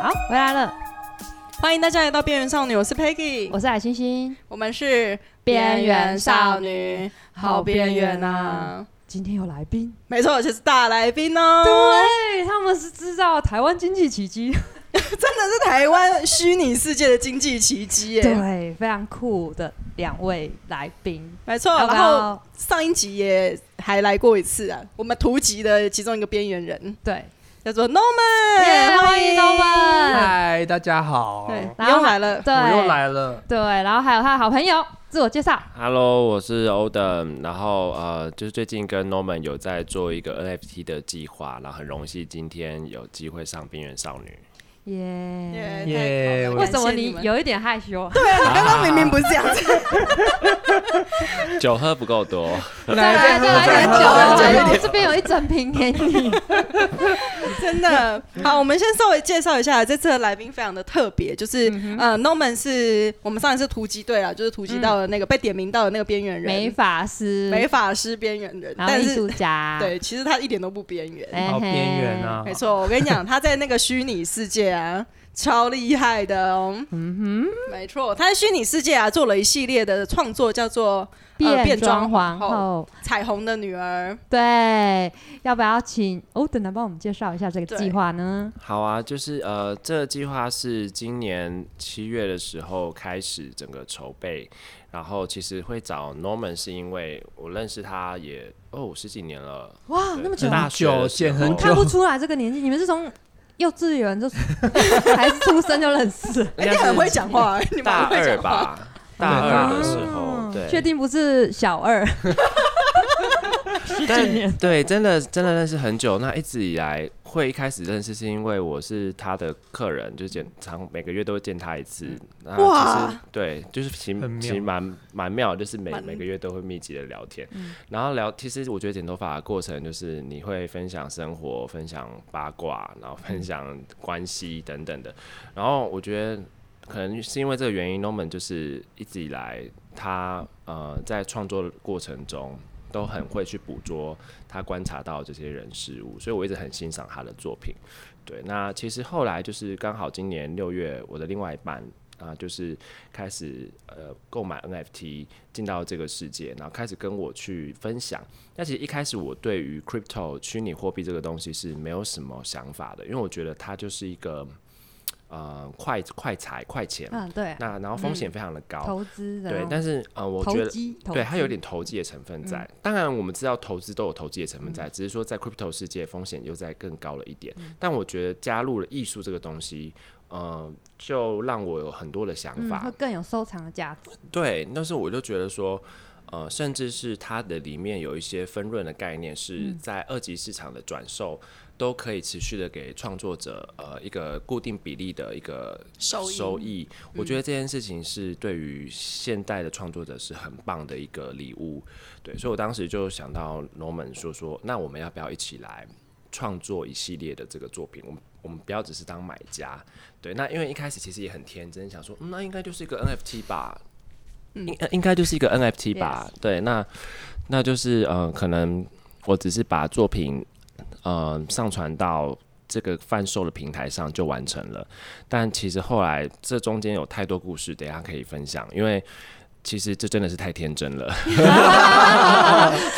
好，回来了，欢迎大家来到边缘少女，我是 Peggy，我是海星星。我们是边缘少女，好边缘啊！今天有来宾，没错，而且是大来宾哦，对，他们是制造台湾经济奇迹，真的是台湾虚拟世界的经济奇迹耶，对，非常酷的两位来宾。没错。要不然后要？上一集也还来过一次啊，我们图集的其中一个边缘人对，叫做 Norman，耶欢迎 Norman 嗨，大家好，对，你然后又来了，对，我又来了。对，然后还有他的好朋友，自我介绍。 Hello，我是 Odem，然后呃，就是最近跟 Norman 有在做一个 NFT 的计划，然后很荣幸今天有机会上边缘少女。耶，耶耶太好了为什么感谢你们有一点害羞？对啊？ 刚刚明明不是这样子， 酒喝不够多，再来再来一点酒，喝再喝哎我这边有一整瓶给你。真的。 好，我们先稍微介绍一下这次的来宾非常的特别，就是、嗯呃，Norman 是我们上一次突击队啊，就是突击到的那个、被点名到的那个边缘人，美发师，美法师边缘人，然后但艺是术家，对，其实他一点都不边缘。哎，好边缘啊！没错，我跟你讲，他在那个虚拟世界啊，超厉害的哦。嗯哼，没错，他在虚拟世界啊做了一系列的创作，叫做嘿，呃变变装装皇皇后后。《彩虹的女儿》。对，要不要请欧等来帮我们介绍一下这个对计划呢？好啊，就是呃，这个计划是今年七月的时候开始整个筹备，然后其实会找 Norman 是因为我认识他也哦十几年了，哇，啊那么久很，大学的久时见候很久看不出来这个年纪，你们是从幼稚园就 还是出生就认识？哎、你很会讲话、 你们大很会二讲话。吧，大二的时候，对，嗯确定不是小 二？但对，真的真的认识很久。那一直以来会一开始认识，是因为我是他的客人，就是见常每个月都会见他一次。那哇其实对，就是其很妙其实蛮蛮妙，就是每蛮每个月都会密集的聊天。然后聊，其实我觉得剪头发的过程就是你会分享生活、分享八卦，然后分享关系等等的。然后我觉得可能是因为这个原因，Norman 就是一直以来他呃在创作的过程中都很会去捕捉他观察到这些人事物，所以我一直很欣赏他的作品。对，那其实后来就是刚好今年六月，我的另外一半啊、就是开始呃购买 NFT，进到这个世界，然后开始跟我去分享。那其实一开始我对于 crypto 虚拟货币这个东西是没有什么想法的，因为我觉得它就是一个呃快快财快钱，嗯，对，那然后风险非常的高。投资的对那，种，但是呃，我觉投得机，投嗯对，它机有点投机的成分在。当然，我们知道投资都有投机的成分嗯在，只是说在 crypto 世界风险又在更高了一点。但我觉得加入了艺术这个东西，呃，就让我有很多的想嗯，法。会更有收藏的价值。对，但是我就觉得说，呃，甚至是它的里面有一些分润的概念，嗯是在二级市场的转售、都可以持续的给创作者呃一个固定比例的一个收益嗯收益。我觉得这件事情是对于现代的创作者是很棒的一个礼物。对，所以我当时就想到龙门说说，那我们要不要一起来创作一系列的这个作品？我们我们不要只是当买家，对。那因为一开始其实也很天真，想说、嗯、那应该就是一个 NFT 吧，嗯应呃应该就是一个 NFT 吧对。那那就是呃，可能我只是把作品呃上传到。这个贩售的平台上就完成了，但其实后来这中间有太多故事，等一下可以分享。因为其实这真的是太天真了，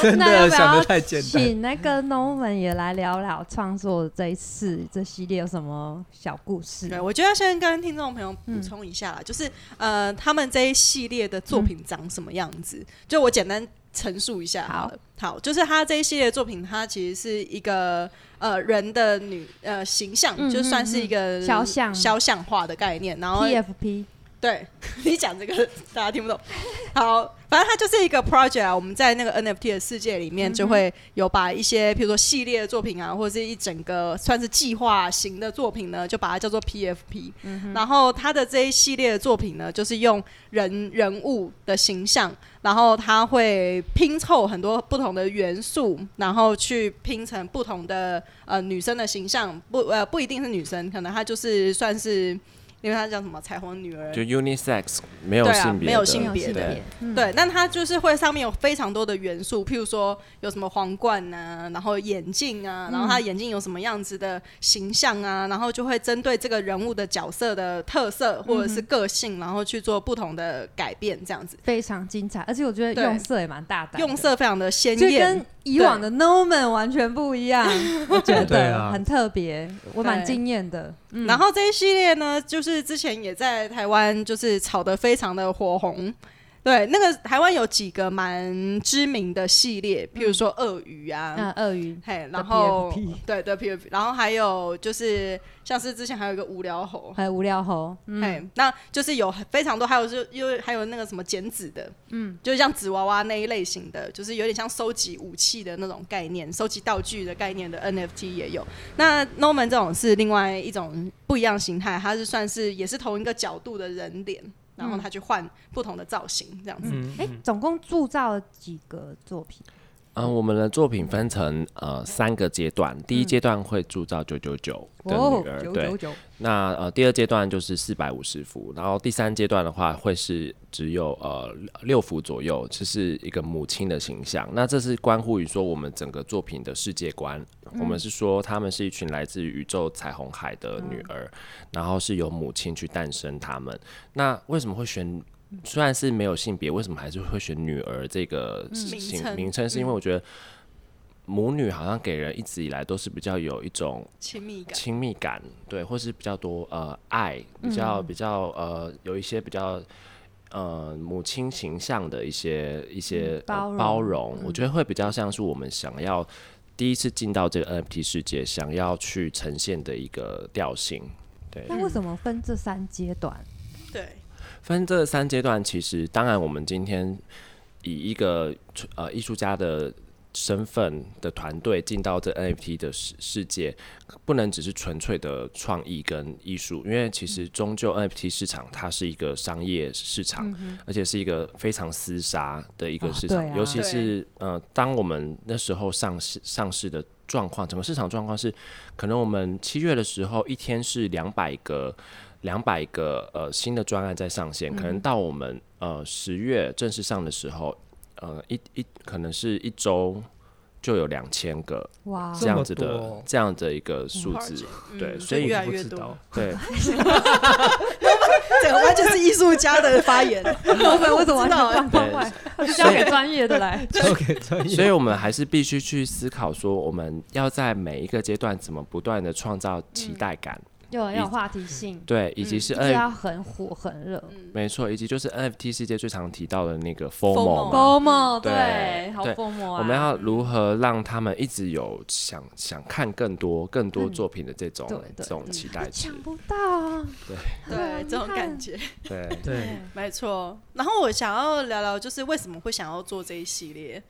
真那要的不想要的太简单。请那个 Norman 也来聊聊创作这一次这系列有什么小故事？对，我觉得先跟听众朋友补嗯充一下啦，就是呃，他们这一系列的作品长什么样子，就我简单陈述一下好了。好，就是他这一系列作品，它其实是一个呃人的女呃形象，嗯就算是一个嗯肖像肖像画的概念，然后 TFP 对 你讲这个大家听不懂。 好，反正它就是一个 project 啊。我们在那个 NFT 的世界里面，就会有把一些，譬如说系列的作品啊，或者是一整个算是计划型的作品呢，就把它叫做 PFP、然后它的这一系列的作品呢，就是用人人物的形象，然后它会拼凑很多不同的元素，然后去拼成不同的呃女生的形象，不呃不一定是女生，可能它就是算是。因为它叫什么彩虹女儿就 unisex 没有对啊性别的，没有性没有别性的对别，嗯对，但它就是会上面有非常多的元素，譬如说有什么皇冠啊，然后眼镜嗯啊，然后他眼镜有什么样子的形象啊，然后就会针对这个人物的角色的特色或者是个性，然后去做不同的改变，这样子非常精彩，而且我觉得对用色也蛮大胆的，用色非常的鲜就艳跟。以往的 No Man 完全不一 样，我觉对得啊很特别，我蛮对惊艳的。嗯然后这一系列呢，就是之前也在台湾就是炒得非常的火红。对，那个台湾有几个蛮知名的系列，譬如说鳄鱼啊，那鳄鱼嘿，的然后 PFP 对对 PFP，然后还有就是像是之前还有一个无聊猴，还有无聊猴，嗯，嘿，那就是有非常多，还有就又还有那个什么剪纸的，嗯，就是像纸娃娃那一类型的，就是有点像收集武器的那种概念，收集道具的概念的 NFT 也有。那 Norman 这种是另外一种不一样形态，它是算是也是同一个角度的人脸，然后他去换不同的造型这样子。嗯，哎，总共铸造了几个作品？嗯、我们的作品分成呃三个阶段，第一阶段会铸造九九九的女儿，哦九对九，九，那呃第二阶段就是四百五十幅，然后第三阶段的话会是只有呃六幅左右，这、是一个母亲的形象。那这是关乎于说我们整个作品的世界观，我们是说他们是一群来自于宇宙彩虹海的女儿，然后是由母亲去诞生他们。那为什么会选？虽然是没有性别，为什么还是会选女儿这个名形称名称？是因为我觉得母女好像给人一直以来都是比较有一种亲密感，亲密感，对，或是比较多呃爱，比较、嗯比较呃有一些比较呃母亲形象的一些一些、嗯包呃容包容，我觉得会比较像是我们想要第一次进到这个 NFT 世界想要去呈现的一个调性。对，那为什么分这三阶段？对，分这三阶段，其实当然我们今天以一个呃艺术家的身份的团队进到这 NFT 的世世界，不能只是纯粹的创意跟艺术，因为其实终究 NFT 市场它是一个商业市场，嗯而且是一个非常厮杀的一个市场，哦对啊尤其是呃，当我们那时候上市上市的状况，整个市场状况是，可能我们七月的时候一天是两百个。两百个呃新的专案在上线，可能到我们呃十月正式上的时候，呃一一可能是一周就有两千个 哇，这样子这么的多哦这样的一个数字，嗯对，就所以越来不越知多道 对， 这完全是艺术家的发 言。我们我怎么知道办对坏？我就交给专业的来。交给专业， 所以我们还是必须去思考说，我们要在每一个阶段怎么不断的创造期待感，又 要有话题性，对，以及是哎就是 N、要很火很热。没错，以及就是 NFT 世界最常提到的那个 FOMO FOMO 嘛。疯魔对对，好对疯魔啊！我们要如何让他们一直有想想看更多更多作品的这种、对对这种期待值抢？不到啊， 对，这种你看感觉。对，对，没错，然后我想要聊聊，就是为什么会想要做这一系列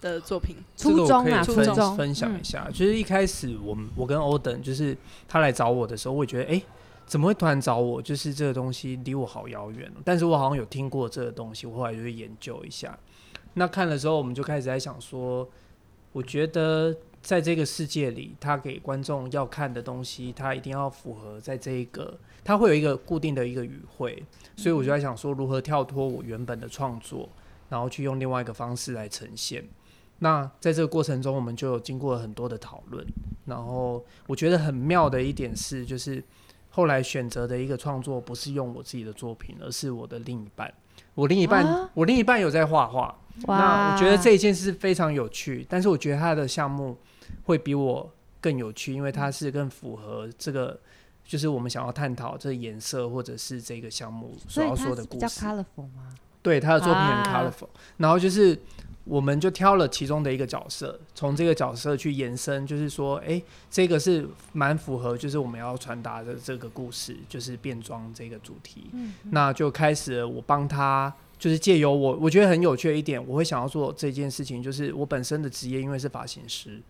的作品？这个初我中可以啊，初分中分享一嗯下，就是一开始我们我跟欧等，就是他来找我的时候，我也觉得哎、诶怎么会突然找我？就是这个东西离我好遥远哦，但是我好像有听过这个东西，我后来就去研究一下。那看的时候，我们就开始在想说，我觉得在这个世界里，他给观众要看的东西，他一定要符合在这一个，他会有一个固定的一个语汇，所以我就在想说，如何跳脱我原本的创作，然后去用另外一个方式来呈现。那在这个过程中，我们就有经过很多的讨论，然后我觉得很妙的一点是，就是后来选择的一个创作不是用我自己的作品，而是我的另一半。我另一半，啊我另一半有在画画，那我觉得这一件事非常有趣，但是我觉得他的项目会比我更有趣，因为它是更符合这个，就是我们想要探讨这个颜色或者是这个项目所所以要它说的是比故较事。 colorful 吗？对他的作品很啊 colorful，、然后就是我们就挑了其中的一个角色，从这个角色去延伸，就是说，哎、这个是蛮符合就是我们要传达的这个故事，就是变装这个主题。那就开始了我帮他，就是借由我，我觉得很有趣的一点，我会想要做这件事情，就是我本身的职业因为是发型师，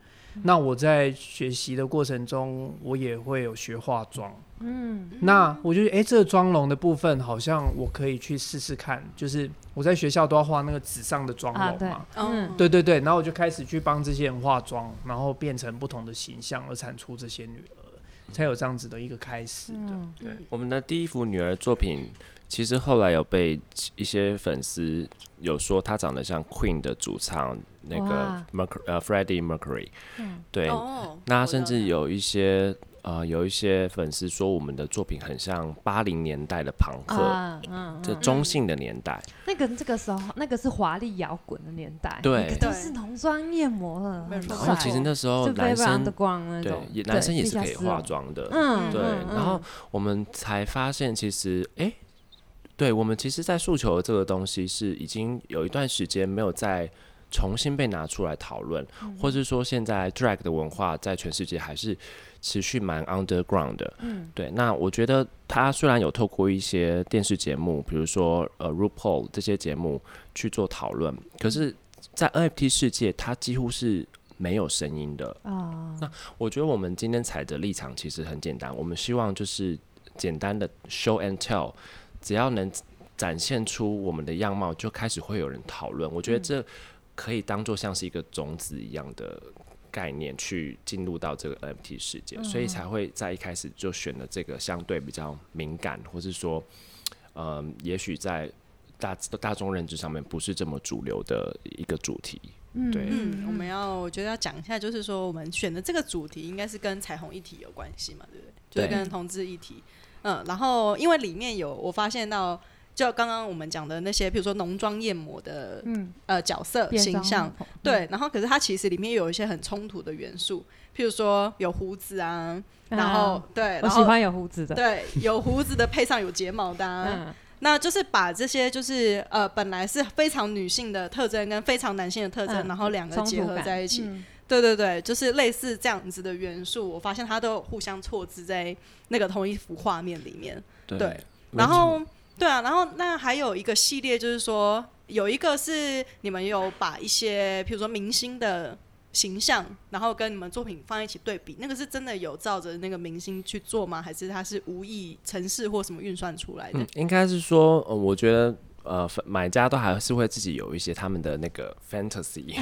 那我在学习的过程中，我也会有学化妆。嗯，那我就觉得，哎、这个妆容的部分好像我可以去试试看。就是我在学校都要画那个纸上的妆啊容对嘛，哦嗯对对对。然后我就开始去帮这些人化妆，然后变成不同的形象，而产出这些女儿。才有这样子的一个开始的。嗯对，我们的第一幅女儿作品，其实后来有被一些粉丝有说她长得像 Queen 的主唱那个哇 Mercury 呃 Freddie Mercury，嗯对，哦，那我甚了至解有一些呃有一些粉丝说我们的作品很像八零年代的朋克。啊嗯，这嗯中性的年代，那个这个时候，那个是华丽摇滚的年代，对那个就是浓妆艳抹了，没有很错没然后帅哦错其实那时候就男 Velvet 生 Underground 那对种，也男生也是可以地下化丝绒 妆的，嗯，对嗯，然后我们才发现，其实诶，对我们其实，在诉求的这个东西是已经有一段时间没有再重新被拿出来讨论，或是说现在 drag 的文化在全世界还是持续蛮 underground 的。嗯对，那我觉得他虽然有透过一些电视节目，比如说呃 RuPaul 这些节目去做讨论，可是，在 NFT 世界，它几乎是没有声音的。嗯啊，我觉得我们今天采的立场其实很简单，我们希望就是简单的 show and tell，只要能展现出我们的样貌，就开始会有人讨论。我觉得这可以当做像是一个种子一样的概念去进入到这个 NFT 世界，所以才会在一开始就选了这个相对比较敏感，或是说，嗯、也许在大大众认知上面不是这么主流的一个主题。对，嗯，我们要我觉得要讲一下，就是说我们选的这个主题应该是跟彩虹议题有关系嘛，对不对？就是对跟同志议题。嗯，然后因为里面有我发现到，就刚刚我们讲的那些，比如说浓妆艳抹的嗯，呃角色变形装象，红，对，然后可是它其实里面有一些很冲突的元素，譬如说有胡子啊，嗯然后、啊对，我然喜后欢有胡子的，对有胡子的配上有睫毛的、啊，嗯那就是把这些就是呃本来是非常女性的特征跟非常男性的特征，嗯然后两个冲结突合感在一起。嗯对对对，就是类似这样子的元素，我发现它都有互相错置在那个同一幅画面里面。对对然后对啊，然后那还有一个系列就是说，有一个是你们有把一些，比如说明星的形象，然后跟你们作品放在一起对比，那个是真的有照着那个明星去做吗？还是它是无意程式或什么运算出来的？嗯，应该是说，呃，我觉得。呃，粉买家都还是会自己有一些他们的那个 fantasy。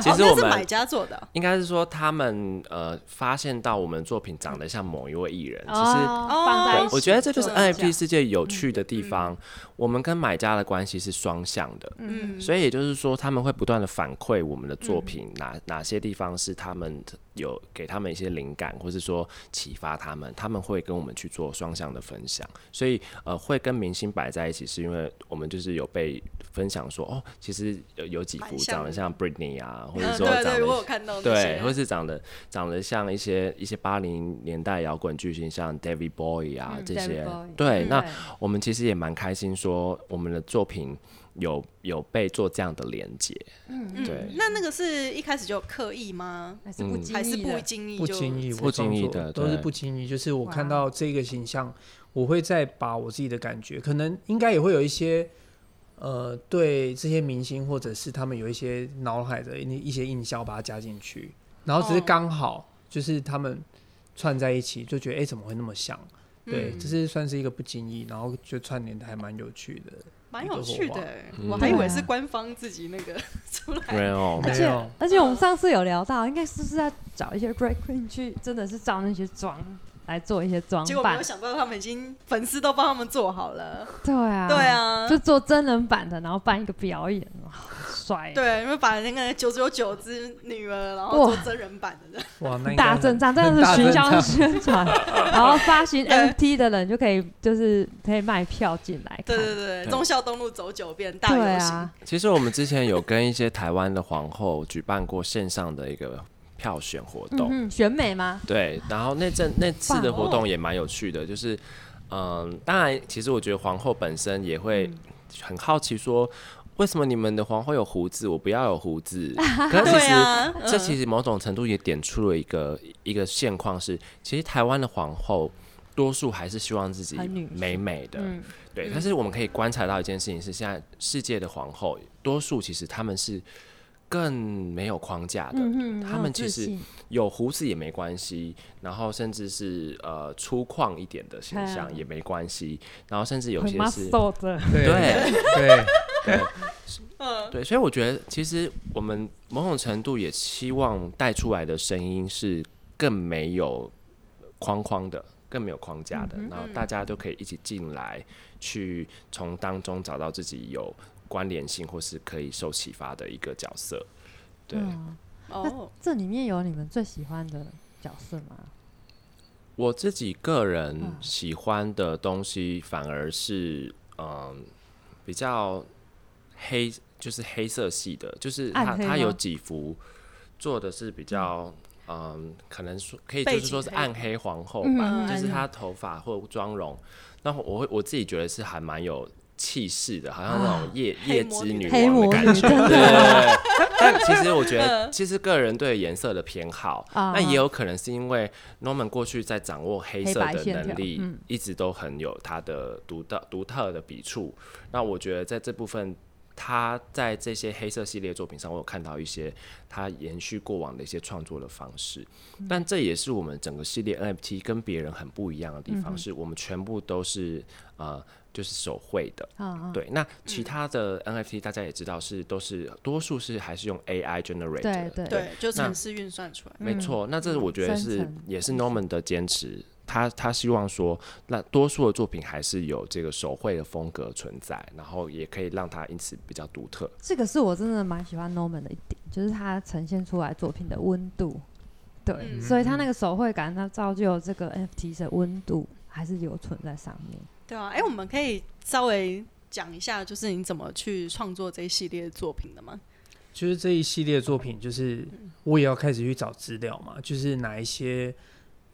其实哦我那是买们家做的应该是说，他们呃发现到我们作品长得像某一位艺人，其实哦放在一对，起我觉得这就是做一下 NFT 世界有趣的地方。我们跟买家的关系是双向的，嗯所以也就是说，他们会不断的反馈我们的作品，哪哪些地方是他们有给他们一些灵感，或是说启发他们，他们会跟我们去做双向的分享。所以呃，会跟明星摆在一起，是因为我们就是有被分享说，哦，其实有有几幅蛮像长得像 Britney 啊，或者嗯，说对长对，得我有看到那对，些，或是长得长得像一些一些八零年代摇滚巨星，像 David Bowie 啊、嗯这 David 些 Bowie。对，嗯那对我们其实也蛮开心，说我们的作品有有被做这样的连接。嗯对那那个是一开始就有刻意吗？还是不嗯经还是意的不，经意就？不经意，不经意的我创作都是对不经意。就是我哇看到这个形象，我会再把我自己的感觉，可能应该也会有一些呃，对这些明星或者是他们有一些脑海的一一些印象，把它加进去，然后只是哦刚好就是他们串在一起，就觉得哎、诶怎么会那么像？对，嗯这是算是一个不经意，然后就串联的还蛮有趣的。蛮有趣的欸，嗯我还以为是官方自己那个出来。没有，而没且有而且我们上次有聊到，应该是不是要找一些 drag queen 去，真的是照那些妆来做一些装结果没扮有，想到他们已经粉丝都帮他们做好了。对啊，对，啊，就做真人版的，然后办一个表演，哇好帅，，对，因为把那个九九九只女儿，然后做真人版的这样，哇，那应该大很阵仗，这样子很群大阵销仗宣 传，然后发行对 NFT 的人就可以就是可以卖票进来看，啊对对对，对忠孝东路走九遍大对游行啊，，其实我们之前有跟一些台湾的皇后举办过线上的一个票选活动嗯，嗯，选美吗？对，然后那阵那次的棒活哦动也蛮有趣的，就是，嗯，当然，其实我觉得皇后本身也会很好奇说，为什么你们的皇后有胡子，我不要有胡子？可是其对实、啊，嗯这其实某种程度也点出了一个一个现况是，其实台湾的皇后多数还是希望自己很女性美美的，嗯，对，嗯但是我们可以观察到一件事情是，现在世界的皇后多数其实他们是更没有框架的，嗯嗯，他们其实很有自信有胡子也没关系，然后甚至是呃粗犷一点的形象嗯也没关系，然后甚至有很些是 muscle 的，对对对，嗯对，所以我觉得其实我们某种程度也期望带出来的声音是更没有框框的，更没有框架的嗯，哼然后大家都可以一起进来，去从当中找到自己有关联性或是可以受启发的一个角色。对，嗯哦，这里面有你们最喜欢的角色吗？我自己个人嗯喜欢的东西反而是嗯比较黑，就是黑色系的，就是它暗黑吗它有几幅做的是比较嗯，可能说可以就背是景说是黑暗黑皇后嗯吧，嗯就是嗯她头发或妆容，那我会我自己觉得是还蛮有气势的，好像那种夜黑夜魔之女女黑王的魔感女觉，真的 对对对。但其实我觉得，其实个人对颜色的偏好，啊那也有可能是因为 Norman 过去在掌握黑色黑白的线条能力嗯，一直都很有他的独特独特的笔触。那我觉得在这部分。他在这些黑色系列作品上，我有看到一些他延续过往的一些创作的方式，嗯但这也是我们整个系列 NFT 跟别人很不一样的地嗯方，是我们全部都是呃，就是手绘的，啊啊，对，那其他的 NFT 大家也知道是都是多数是还是用 AI generate 对的，对对，就城市运算出来。没错。那这是我觉得生是成也是 Norman 的坚持，他他希望说，那多数的作品还是有这个手绘的风格存在，然后也可以让它因此比较独特。这个是我真的蛮喜欢 Norman 的一点，就是他呈现出来作品的温度，对，嗯所以他那个手绘感，它造就这个 NFT 的温度还是留存在上面。对啊，哎、我们可以稍微讲一下，就是你怎么去创作这一系列作品的吗？就是这一系列作品，就是我也要开始去找资料嘛，就是哪一些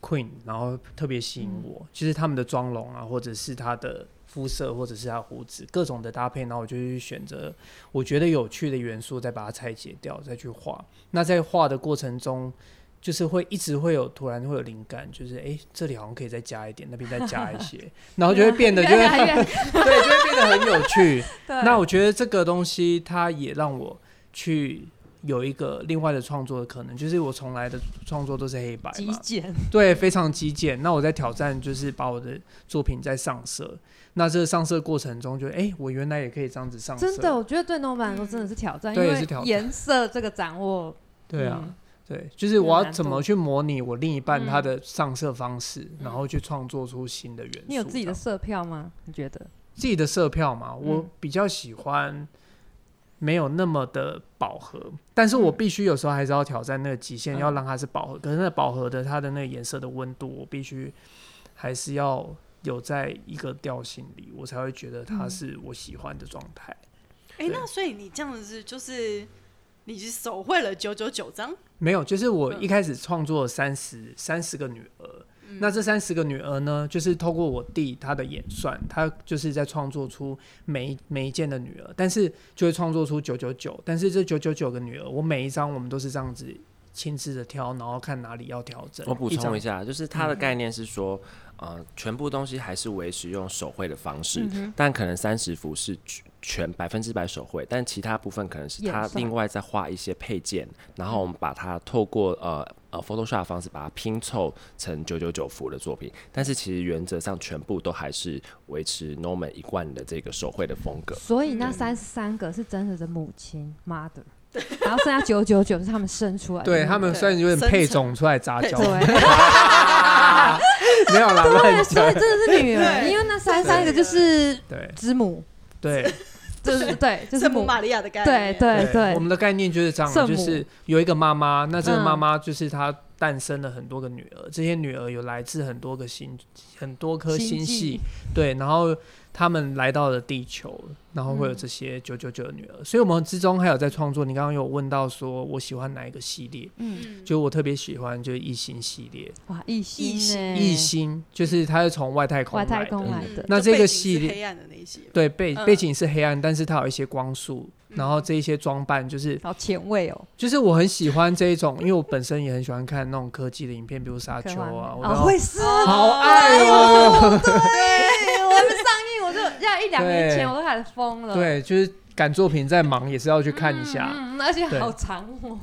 Queen，然后特别吸引我，就是他们的妆容啊，或者是他的肤色，或者是他的胡子，各种的搭配，然后我就去选择我觉得有趣的元素，再把它拆解掉，再去画。那在画的过程中。就是会一直会有突然会有灵感，就是哎、诶这里好像可以再加一点，那边再加一些，然后就会变得就会 对，就 会变得很有趣。那我觉得这个东西，它也让我去有一个另外的创作的可能，就是我从来的创作都是黑白极嘛，简，对，非常极简。那我在挑战，就是把我的作品再上色。那这个上色过程中就，哎，我原来也可以这样子上色，真的，哦我觉得对 Norman 来说真的是挑战，因对为是挑战颜色这个掌握，对啊。嗯对，就是我有要难怎度嗯么去模拟我另一半他的上色方式，然后去创作出新的元素。你有自己这的样色票吗？你觉得？自己的色票嘛，我嗯比较喜欢没有那么的饱和，但是我必须有时候还是要挑战那个极限，嗯要让它是饱和。可是那饱和的它的那个颜色的温度，我必须还是要有在一个调性里，我才会觉得嗯它是我喜欢的状态。哎、那所以你这样子就是，你是手绘了九九九张，没有，就是我一开始创作三十三十个女儿，那这三十个女儿呢，就是透过我弟他的演算，他就是在创作出每一每一件的女儿，但是就会创作出九九九，但是这九九九个女儿，我每一张我们都是这样子亲自的挑，然后看哪里要调整。我补充一下，下，就是它的概念是说，呃，全部东西还是维持用手绘的方式，但可能三十幅是全全百分之百手绘，但其他部分可能是演它算另外再画一些配件，然后我们把它透过呃呃 Photoshop 的方式把它拼凑成九九九幅的作品，但是其实原则上全部都还是维持 Norman 一贯的这个手绘的风格。所以那三十三个是真实的母亲 mother，然后剩下九九九是他们生出来的那对个，他们对算是有点配生成种出来杂交，对。没有啦，对，啊乱所以讲。真的是女儿，对因为那三三个就是对之母，对就是对，就是圣母母，玛利亚的概对念。对我对，们的概念就是这样，啊圣母就是有一个妈妈，那这个嗯妈妈就是她诞生了很多个女儿，这些女儿有来自很多个星，很多颗星星际系，对，然后她们来到了地球，然后会有嗯这些九九九的女儿，所以我们之中还有在创作。你刚刚有问到说我喜欢哪一个系列，嗯，嗯，就我特别喜欢就是异星系列，哇，异星呢，异星就是它是从外太空嗯外太来的，空来嗯的，那就这个背景系是列黑暗的那一些，对背嗯背景是黑暗，但是它有一些光束，嗯然后这一些装扮就是好前卫哦，就是我很喜欢这一种，因为我本身也很喜欢看那种科技的影片，比如《沙丘科》啊，幻我啊，都会哎是好爱哦。对，我是上映，我就要一两年对前我都开始疯了，对，就是赶作品在忙，也是要去看一下。嗯，嗯而且对好长哦，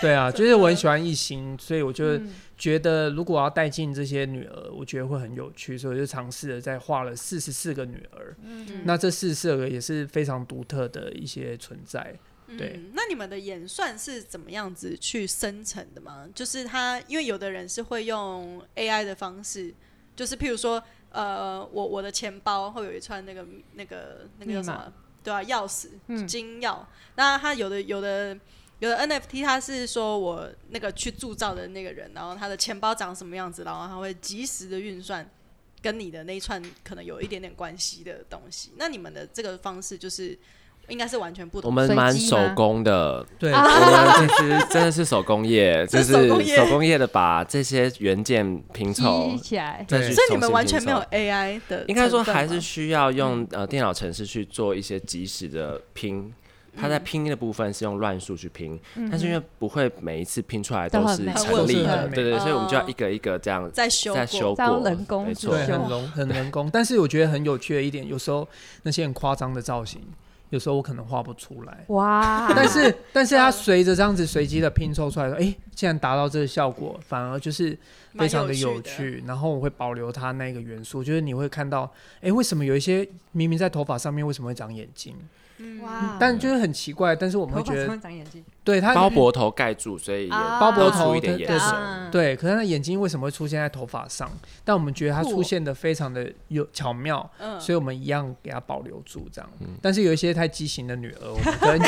对啊，就是我很喜欢异星，所以我就嗯觉得如果要带进这些女儿，我觉得会很有趣，所以我就尝试着在画了四十四个女儿。嗯啊那这四十四个也是非常独特的一些存在。对嗯，那你们的演算是怎么样子去生成的吗？就是它，因为有的人是会用 AI 的方式，就是譬如说，呃，我我的钱包会有一串那个那个那个叫什密么？对啊，钥匙，嗯金钥。那它有的有的有的 NFT，它是说我那个去铸造的那个人，然后他的钱包长什么样子，然后他会及时的运算。跟你的那一串可能有一点点关系的东西，那你们的这个方式就是应该是完全不我同的。们随蛮机手吗工的，对，我们其实真的是手工业，就这是是手工业手工业的把这些元件拼凑积，起来，再对去所以你重们新完拼全没有凑 AI 的成分吗，应该说还是需要用呃电脑程式去做一些即时的拼。它在拼音的部分是用乱数去拼，但是因为不会每一次拼出来都都很是美成立都是的，很美对对对，所以我们就要哦一个一个这样在修再过修再用过，人工没去错对，，修很人很人 工。但是我觉得很有趣的一点，有时候那些很夸张的造型，有时候我可能画不出来。哇！ 但是，但是它随着这样子随机的拼凑出来的，哎、竟然达到这个效果，反而就是非常的蛮有有的。趣。然后我会保留它那个元素，就是你会看到，哎、为什么有一些明明在头发上面，为什么会长眼睛？嗯啊哇，但就是很奇怪，但是我们头会发觉上得，面长眼睛，对它包脖头盖住，所以也啊包多脖出头一点对眼对神。啊，对，可是它眼睛为什么会出现在头发上？但我们觉得它酷哦出现的非常的有巧妙，嗯，所以我们一样给它保留住这样。嗯但是有一些太畸形的女儿，我们可能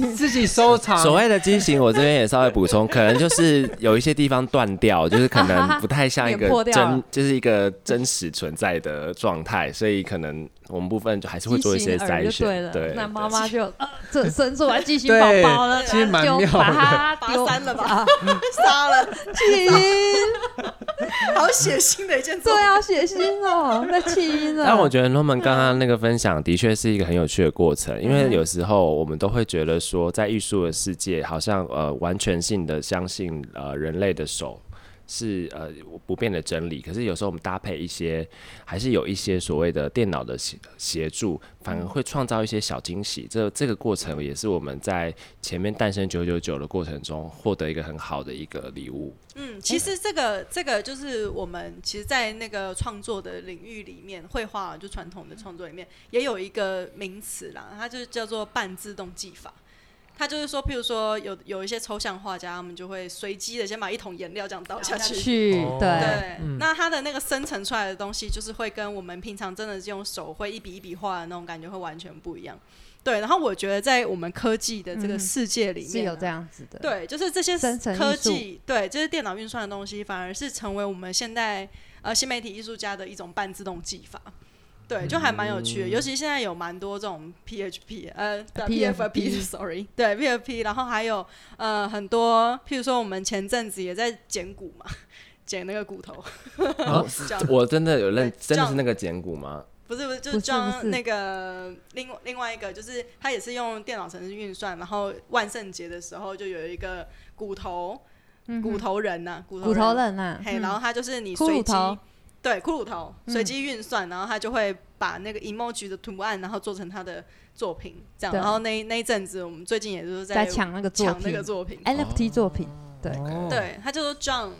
就是自己收藏。所谓的畸形，我这边也稍微补充，可能就是有一些地方断掉，就是可能不 太像一也破个掉了真，就是一个真实存在的状态，所以可能我们部分就还是会做一些筛畸形儿选就。对对了，，那妈妈就呃，这生出来畸形对宝宝了，其实蛮就妙的把它拔丢山了吧啊 杀了，弃婴，好血腥的一件作对品。啊，血腥 哦，那弃婴了。但我觉得他们刚啊刚那个分享的确是一个很有趣的过程，因嗯为有时候我们都会觉得说，在艺术的世界，好像呃完全性的相信呃人类的手是呃不变的真理，可是有时候我们搭配一些，还是有一些所谓的电脑的协协助，反嗯而会创造一些小惊喜。这这个过程也是我们在前面诞生九九九的过程中获得一个很好的一个礼物。嗯，其实这个这个就是我们其实，在那个创作的领域里面，绘画就传统的创作里面，也有一个名词啦，它就是叫做半自动技法。它就是说，譬如说有有一些抽象画家，他们就会随机的先把一桶颜料这样倒下去，去哦对，对，嗯那它的那个生成出来的东西，就是会跟我们平常真的是用手绘一笔一笔画的那种感觉会完全不一样。对，然后我觉得在我们科技的这个嗯世界里面啊、是有这样子的，对，就是这些生成科艺术技，对，这些电脑运算的东西，反而是成为我们现在呃新媒体艺术家的一种半自动技法。对，就还蛮有嗯趣的，尤其现在有蛮多这种 PHP，呃对 PFP ，PFP，sorry，对 PFP，然后还有呃很多，譬如说我们前阵子也在捡骨嘛， 捡那个骨头，啊 叫我真的有认，这真的样是那个简骨吗？不是不是，就不是是不装是那个另外另外一个，就是他也是用电脑程式运算，然后万圣节的时候就有一个骨头、嗯哼骨头人呐、骨头骨头人呐，嘿，嗯然后他就是你骷随髅机头对骷髅头嗯随机运算，然后他就会把那个 emoji 的图案，然后做成他的作品这样。对然后那那一阵子，我们最近也就是在抢那个作抢那品嗯个作品， ，NFT 作品，对，哦，对，他就说 John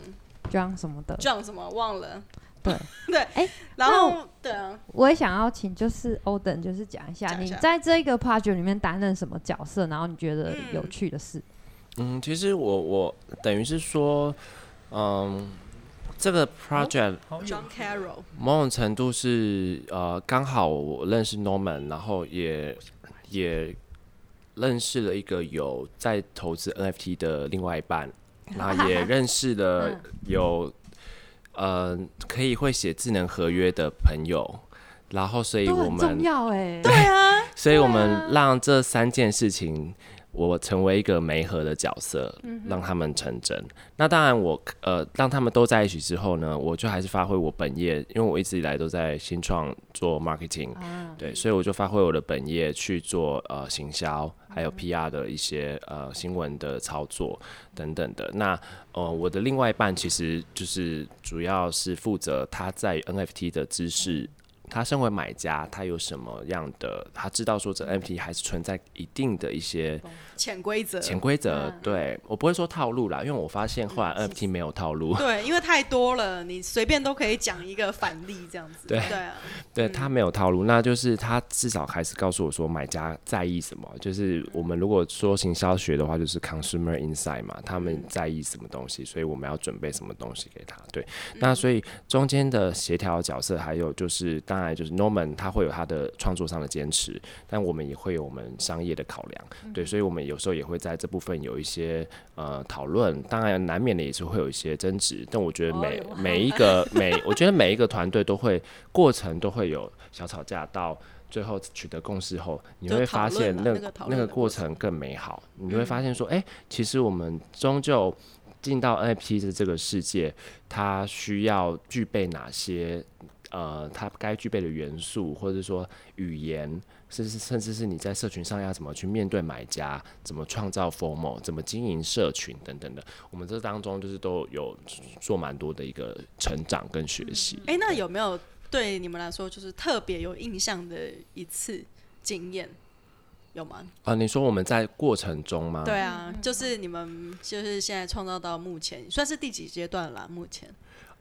装什么的。 John 什么忘了，对 对，哎然那后对啊，我也想要请，就是欧等，就是讲一下讲一你下在这个 project 里面担任什么角色，然后你觉得有趣的事。嗯，其实我我等于是说，嗯，这哦个 project 好有 John Carroll，某种程度是呃，刚好我认识 Norman，然后也也认识了一个有在投资 NFT 的另外一半，然 后也认识了嗯有呃可以会写智能合约的朋友，然后所以都我很重们要哎、所以我们让这三件事情，我成为一个媒合的角色，让他们成真。那当然我，呃让他们都在一起之后呢，我就还是发挥我本业，因为我一直以来都在新创做 marketing，、啊，对，所以我就发挥我的本业去做呃行销，还有 PR 的一些呃新闻的操作等等的。那呃我的另外一半其实就是主要是负责他在 NFT 的知识他身为买家，他有什么样的？他知道说这 NFT 还是存在一定的一些潜规则。潜规则嗯。对我不会说套路啦，因为我发现后来 NFT 没有套路，对，因为太多了，你随便都可以讲一个反例这样子。对对啊，对他没有套路，那就是他至少开始告诉我说买家在意什么。就是我们如果说行销学的话，就是 consumer insight 嘛，他们在意什么东西，所以我们要准备什么东西给他。对，那所以中间的协调角色，还有就是当然就是 Norman 他会有他的创作上的坚持，但我们也会有我们商业的考量。对，所以我们有时候也会在这部分有一些呃讨论，当然难免的也是会有一些争执，但我觉得每、每一个每我觉得每一个团队都会过程都会有小吵架到。最后取得共识后，你就会讨发论现了那那个讨那论个的过程更美好。你会发现说，哎、其实我们终究进到 NFT 的这个世界，它需要具备哪些呃，它该具备的元素，或者说语言，甚至甚至是你在社群上要怎么去面对买家，怎么创造 formal，怎么经营社群等等的，我们这当中就是都有做蛮多的一个成长跟学习。哎、那有没有对你们来说就是特别有印象的一次经验？有吗？嗯啊、你说我们在过程中吗？对啊，就是你们就是现在创造到目前算是第几阶段啦？目前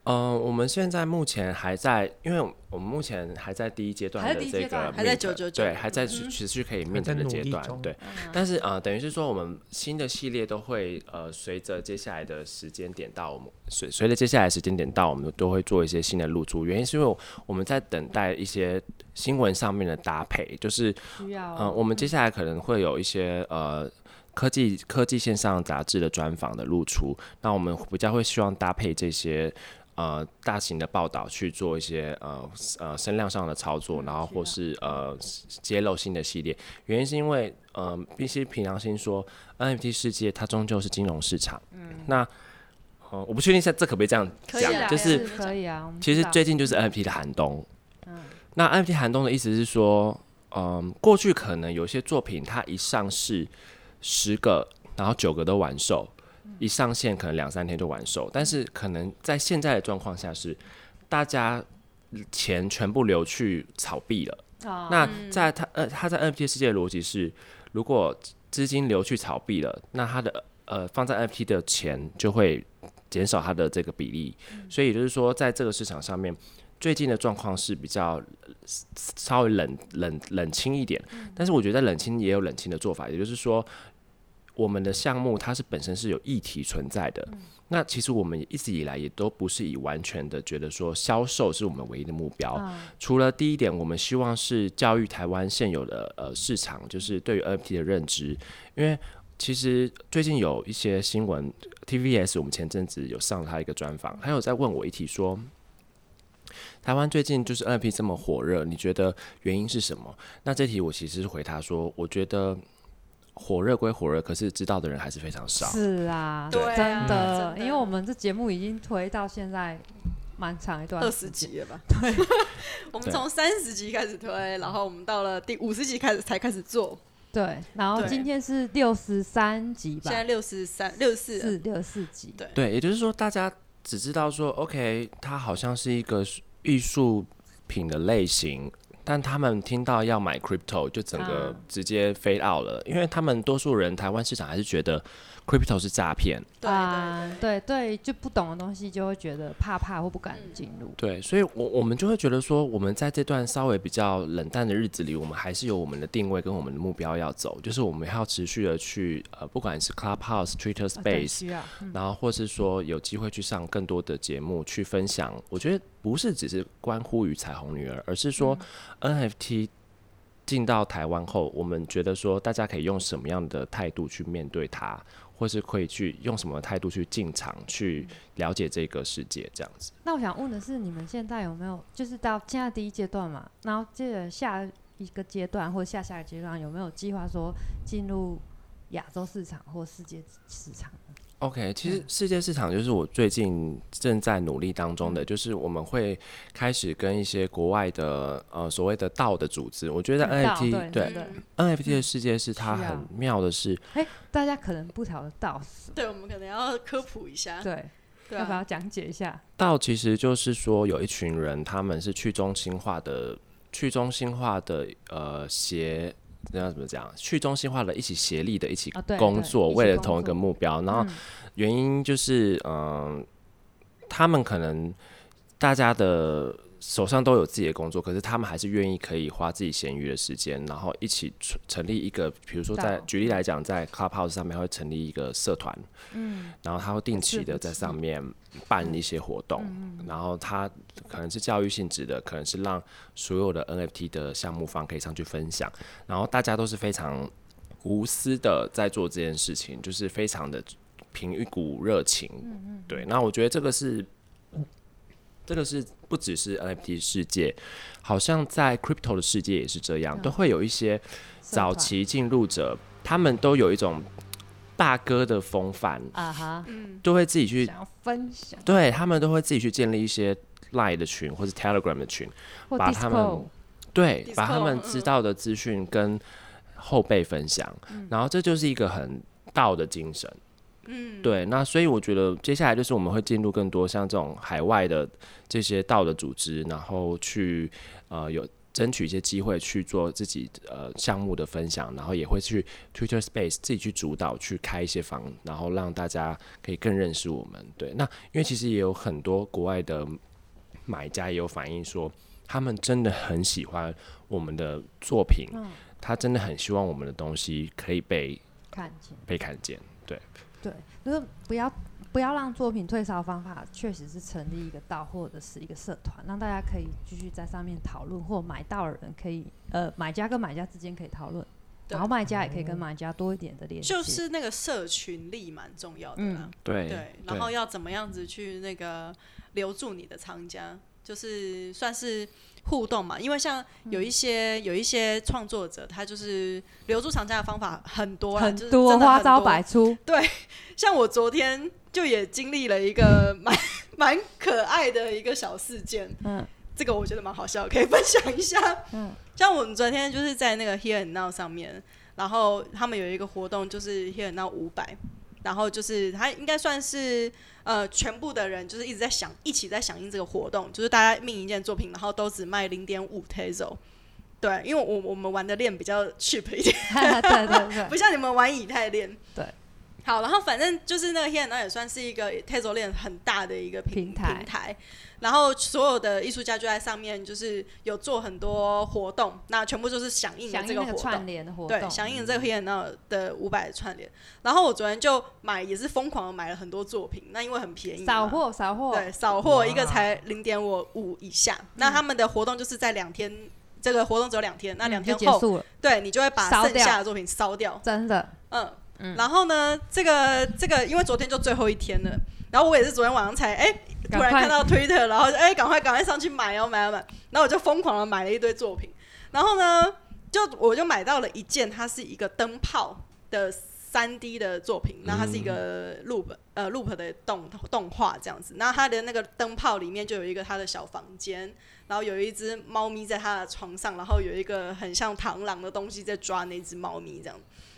嗯、我们现在目前还在，因为我们目前还在第一阶段还在的第一这阶段个 mint，还在999对，还嗯在持持续可以 mint 在的努阶力段，中对。但是呃，等于是说我们新的系列都会呃，随着接下来的时间点到，我们随随着接下来的时间点到，我们都会做一些新的露出。原因是因为我们在等待一些新闻上面的搭配，就是需要嗯，我们接下来可能会有一些呃科技科技线上杂志的专访的露出，那我们比较会希望搭配这些。呃，大型的报道去做一些呃呃声量上的操作，嗯然后或是呃揭露新的系列，原因是因为呃，必须平常心说，NFT 世界它终究是金融市场。那呃，我不确定现在这可不可以这样嗯可讲，以啊就是是可以啊。我们其实知道最近就是 NFT 的寒冬。那 NFT 寒冬的意思是说，嗯，过去可能有些作品它一上市十个，然后九个都完售，一上线可能两三天就完售，但是可能在现在的状况下是，大家钱全部流去炒币了。啊那在它呃，它在 NFT 世界的逻辑是，如果资金流去炒币了，那它的呃放在 NFT 的钱就会减少它的这个比例。所以也就是说，在这个市场上面，最近的状况是比较呃稍微冷冷冷清一点。但是我觉得冷清也有冷清的做法，也就是说，我们的项目它是本身是有议题存在的。那其实我们一直以来也都不是以完全的觉得说销售是我们唯一的目标，哦除了第一点，我们希望是教育台湾现有的呃市场，就是对于 NFT 的认知，因为其实最近有一些新闻，TVS 我们前阵子有上了他一个专访，他有在问我一题说，台湾最近就是 NFT 这么火热，你觉得原因是什么？那这题我其实是回答说，我觉得火热归火热，可是知道的人还是非常少。是啊，对啊真的真，的因为我们这节目已经推到现在蛮长一段二时十间，集了吧？对， 我们从三十集开始推，然后我们到了第五十集开始才开始做，对，然后对今天是六十三集吧现，在六十三、六十四，是六四集，对对，也就是说，大家只知道说，OK，它好像是一个艺术品的类型，但他们听到要买 crypto 就整个啊直接 fade out 了，因为他们多数人台湾市场还是觉得 crypto 是诈骗，对嗯啊对对，对对，就不懂的东西就会觉得怕怕或不敢进入，嗯对，所以我我们就会觉得说，我们在这段稍微比较冷淡的日子里，我们还是有我们的定位跟我们的目标要走，就是我们要持续的去呃，不管是 Clubhouse、Twitter 啊对 Space，需要，然后或是说有机会去上更多的节目去分享，我觉得不是只是关乎于彩虹女儿，而是说嗯 NFT 进到台湾后，我们觉得说大家可以用什么样的态度去面对它，或是可以去用什么态度去进场去嗯了解这个世界，这样子。那我想问的是，你们现在有没有就是到现在第一阶段嘛？然后接着下一个阶段或下下一个阶段有没有计划说进入亚洲市场或世界市场？ OK，嗯其实世界市场就是我最近正在努力当中的，嗯就是我们会开始跟一些国外的呃所谓的道的组织，我觉得嗯道 NFT 对对对 NFT 的世界是它需要很妙的是，哎、大家可能不晓得到什么对，我们可能要科普一下。对，对要不啊要讲解一下？道其实就是说有一群人，他们是去中心化的，去中心化的呃协，那要怎么讲？去中心化的一起协力的，一起啊对工对作，一起为了工同一个作目标。然后嗯原因就是，嗯、他们可能大家的手上都有自己的工作，可是他们还是愿意可以花自己闲余的时间，然后一起成成立一个，比如说在到举例来讲，在 Clubhouse 上面会成立一个社团，嗯，然后他会定期的在上面办一些活动，然后他可能是教育性质的，可能是让所有的 NFT 的项目方可以上去分享，然后大家都是非常无私的在做这件事情，就是非常的凭一股热情。对，那我觉得这个是，这个是不只是 NFT 世界，好像在 crypto 的世界也是这样，都会有一些社早团期进入者，他们都有一种大哥的风范，啊哈，嗯都会自己去想要分享对他们都会自己去建立一些 Line 的群或是 Telegram 的群，或把他们 disco 对， Discord，把他们知道的资讯跟后辈分享，然后这就是一个很道的精神。嗯，对，那所以我觉得接下来就是我们会进入更多像这种海外的这些道的组织，然后去呃有争取一些机会去做自己呃项目的分享，然后也会去 Twitter Space 自己去主导去开一些房，然后让大家可以更认识我们。对，那因为其实也有很多国外的买家也有反映说，他们真的很喜欢我们的作品，嗯他真的很希望我们的东西可以被看见，被看见。对，就是不要不要让作品退烧方法，确实是成立一个道或者是一个社团，让大家可以继续在上面讨论，或买到的人可以呃买家跟买家之间可以讨论，对然后卖家也可以跟买家多一点的连接，就是那个社群力蛮重要的嗯啦。对对，然后要怎么样子去那个留住你的藏家，就是算是互动嘛。因为像有嗯一些、有一些创作者，他就是留住藏家的方法很多啦，很就是多真的花很招多百。 出，像我昨天就也经历了 一个蛮蛮可爱的一个小事件，嗯这个我觉得蛮好笑，可以分享一下。嗯像我们昨天就是在那个 Here and Now 上面，然后他们有一个活动，就是 Here and Now 五百，然后就是它应该算是呃全部的人就是一直在响，一起在响应这个活动，就是大家命一件作品，然后都只卖零点五 Tezo。对，因为我我们玩的链比较 cheap 一点，对对对，不像你们玩以太链。对。好，然后反正就是那个 h e n d 也算是一个 t e z o 链很大的一个平平台平台，然后所有的艺术家就在上面，就是有做很多活动，那全部就是响应的响这应那活个动串，联的活对，动，响应这个 h e n d 的五百串联。然后我昨天就买，也是疯狂的买了很多作品，那因为很便宜嘛，扫货扫货，对，扫货一个哇才零点五五以下，那他们的活动就是在两天，这个活动只有两天，那嗯两就天结后，束了，对你就会把烧剩掉下的作品烧掉，真的，嗯，然后呢，这个这个，因为昨天就最后一天了，然后我也是昨天晚上才哎、突赶然快看到 Twitter，然后就哎赶快赶快上去买哦买哦买，然后我就疯狂的买了一堆作品，然后呢，就我就买到了一件，它是一个灯泡的三 D 的作品，那它是一个嗯 loop、呃 loop 的动动画这样子，那它的那个灯泡里面就有一个它的小房间，然后有一只猫咪在它的床上，然后有一个很像螳螂的东西在抓那只猫咪这样。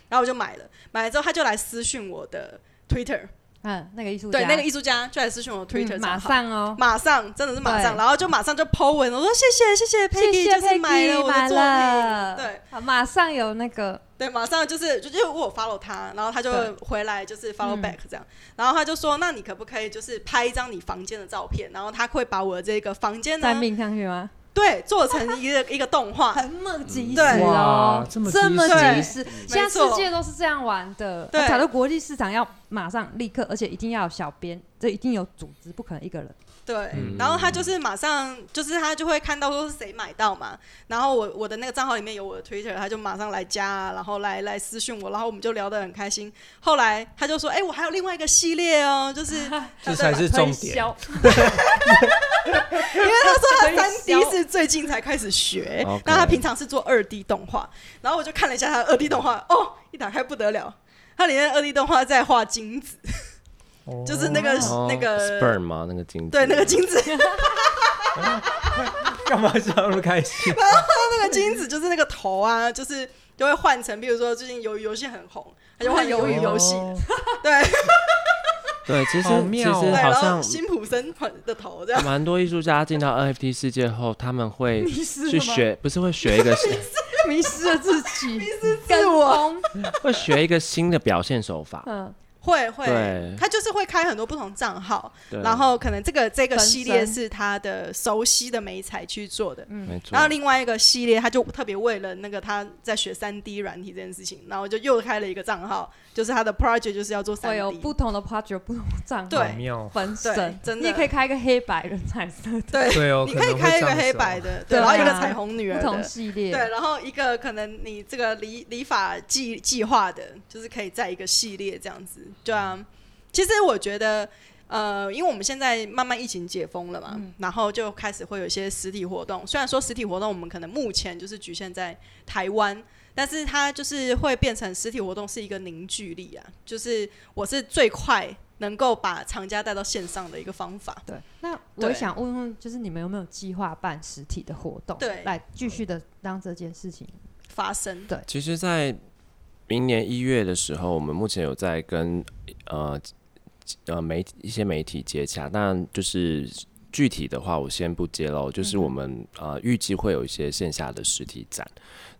然后我就买了，买了之后他就来私讯我的 Twitter，嗯，那个艺术家对，那个艺术家就来私讯我的 Twitter，、嗯马。上哦，马上，真的是马上，对然后就马上就 Po 文，我说谢谢谢谢谢 Peggy，谢就是买了 Peggy 我的买作品，了，对啊，马上有那个对，马上就是就就我有 follow 他，然后他对就回来就是 follow 嗯 back 这样，然后他就说，那你可不可以就是拍一张你房间的照片，然后他会把我的这个房间再呢，命上去吗？对，做成一个 一个动画，很猛及时对哦哇，这么这么及时及时，现在没错世界都是这样玩的，对找到国际市场要马上立刻，而且一定要有小编，这一定有组织，不可能一个人。对，嗯然后他就是马上，就是他就会看到说是谁买到嘛，然后我我的那个账号里面有我的 Twitter，他就马上来加啊，然后来来私讯我，然后我们就聊得很开心。后来他就说，哎、我还有另外一个系列哦，就是 这才是重点。 因为他说他三推 D 销是最近才开始学哦 OK，那他平常是做二 D 动画，然后我就看了一下他的二 D 动画，哦，一打开不得了，他里面二 D 动画在画精子，哦就是那个、哦那个 sperm 吗？那个精子对那个精子干嘛笑那么开 心？那个金子就是那个头啊，就是就会哦哦换成，比如说最近鱿鱼游戏很红，它就换鱿鱼游戏，哦对，对，其实好其妙哦实对好然后像辛普森的头这样，蛮多艺术家进到 NFT 世界后，他们哎会 迷失了去吗学，不是会学一个迷失了自己，迷失自我。会学一个新的表现手法。嗯，会会对，他就是会开很多不同账号，对，然后可能这个这个分系列身是他的熟悉的美彩去做的，没错然，后另外一个系列，他就特别为了那个他在学三 D 软体这件事情，然后就又开了一个账号，就是他的 project 就是要做三会有 D，不同的 project，不同的账号好对妙哦，分对身，真的你也可以开一个黑白人彩色的对，对哦，你可可以能会开一这个样黑子哦白的，对然后一个啊彩虹女不儿同的，系列，对，然后一个可能你这个理理法计计划的，就是可以在一个系列这样子，对嗯啊。其实我觉得，呃，因为我们现在慢慢疫情解封了嘛，嗯然后就开始会有一些实体活动。虽然说实体活动我们可能目前就是局限在台湾，但是它就是会变成实体活动是一个凝聚力啊，就是我是最快能够把藏家带到线上的一个方法。对，那我对也想问问，就是你们有没有计划办实体的活动，对来继续的让这件事情发生其实，在明年一月的时候，我们目前有在跟呃呃媒体一些媒体接洽，但就是具体的话，我先不揭露。就是我们、呃预计会有一些线下的实体展。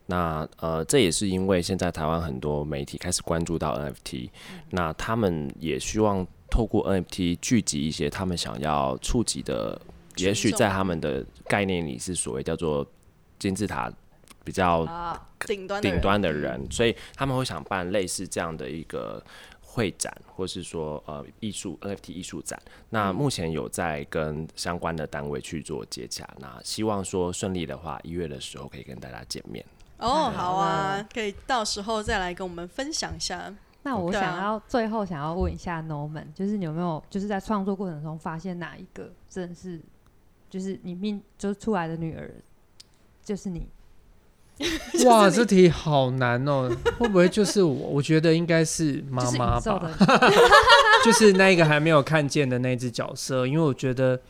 那呃，这也是因为现在台湾很多媒体开始关注到 NFT，、那他们也希望透过 NFT 聚集一些他们想要触及的，也许群众在他们的概念里是所谓叫做金字塔比较啊，顶端的哦顶人端的人，所以他们会想办类似这样的一个会展，或是说呃艺术 NFT 艺术展。那目前有在跟相关的单位去做接洽，那希望说顺利的话，一月的时候可以跟大家见面。哦，太好好啊，可以到时候再来跟我们分享一下。那我对啊想要最后想要问一下 Norman，就是你有没有就是在创作过程中发现哪一个真的是就是你命就是出来的女儿就是你，哇，这题好难哦，会不会就是我？我觉得应该是 妈就是妈宇宙吧，的你，就是那一个还没有看见的那只角色，因为我觉得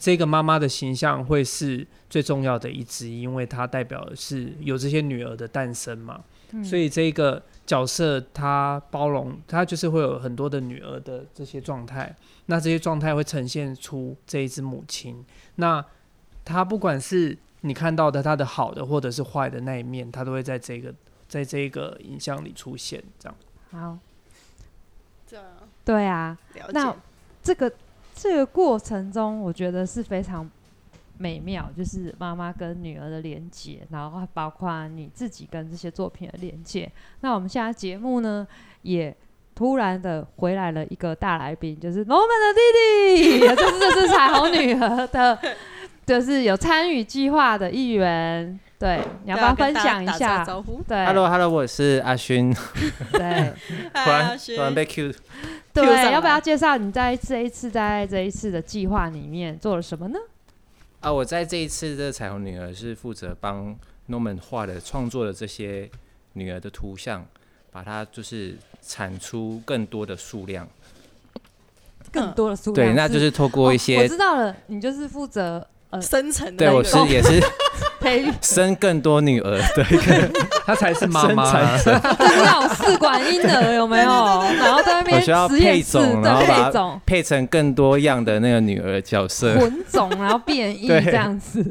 这个妈妈的形象会是最重要的一支，因为它代表的是有这些女儿的诞生嘛，嗯所以这个角色它包容，它就是会有很多的女儿的这些状态，那这些状态会呈现出这一只母亲，那她不管是你看到的她的好的或者是坏的那一面，她都会在这个在这个影像里出现，这样。好，对啊，对啊，了解。那这个这个过程中，我觉得是非常美妙，就是妈妈跟女儿的连接，然后包括你自己跟这些作品的连接。那我们现在节目呢，也突然的回来了一个大来宾，就是罗门的弟弟，就是这是彩虹女儿的，就是有参与计划的一员。对，你要不要分享一大家打下？招呼？对 Hello Hello，我是阿勋， 对突嗨然阿勋突然被 Q， Q 上来对，要不要介绍你在这一次在这一次的计划里面做了什么呢？啊！我在这一次的彩虹女儿是负责帮 Norman 画的创作的这些女儿的图像，把它就是产出更多的数量。嗯更多的数量对，是。那就是透过一哦我些，知道了，你就是负责深层的对那我个哦是也是 培育，生更多女儿的一个她才是妈啊妈、生产者就是那种试管婴儿有没有？然后在那边我需要实验室配种然后对把它配种配成更多样的那个女儿角色。混种，然后变 异对这样子，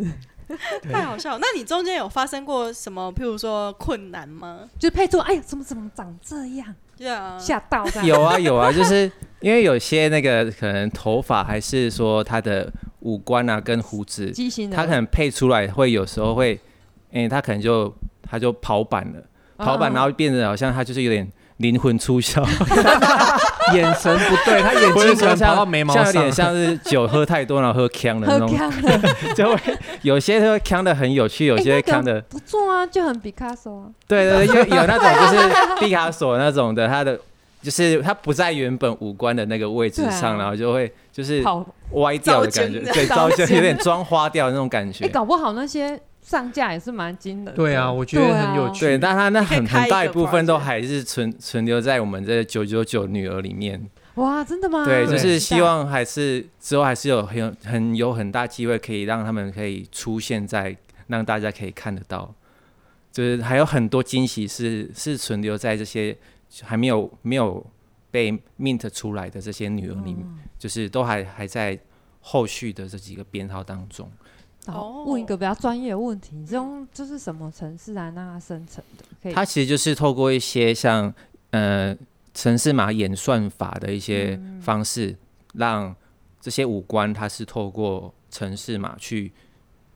太好笑了。那你中间有发生过什么，譬如说困难吗？就配出哎呀，怎么怎么长这样，对嗯啊，吓到这样。有啊有啊，就是因为有些那个可能头发还是说她的五官啊跟胡子畸形的，他可能配出来会有时候会，哎、他可能就他就跑版了，哦跑版，然后变得好像他就是有点灵魂 出窍，眼神不对，他眼或者睛可说能跑像到眉毛像有上点。像是酒喝太多然后喝呛的那喝种，康了，就会有些会呛的很有趣，有些诶啊哎那会个呛的，不错啊，就很毕卡索啊，对对对，有有那种就是毕卡索那种的，他的就是他不在原本五官的那个位置对上，啊然后就会就是好，歪掉的感觉，糟践对，糟糟就践有点妆花掉的那种感哎，觉。搞不好那些上架也是蛮惊人的。对啊，我觉得很有对啊趣。对，但他那很你可以开很大一一个部分都 project 还是存存留在我们这九九九女儿里面。哇，真的嗯吗？对，我就期是待希望还是之后还是有很有很有很大机会可以让他们可以出现在让大家可以看得到，就是还有很多惊喜是是存留在这些还没有没有被 mint 出来的这些女儿里嗯面，就是都还还在后续的这几个编号当中。然哦后问一个比较专业的问题，这种就是什么城市来让它生成的？可以它其实就是透过一些像呃城市码演算法的一些嗯方式，让这些五官它是透过城市码去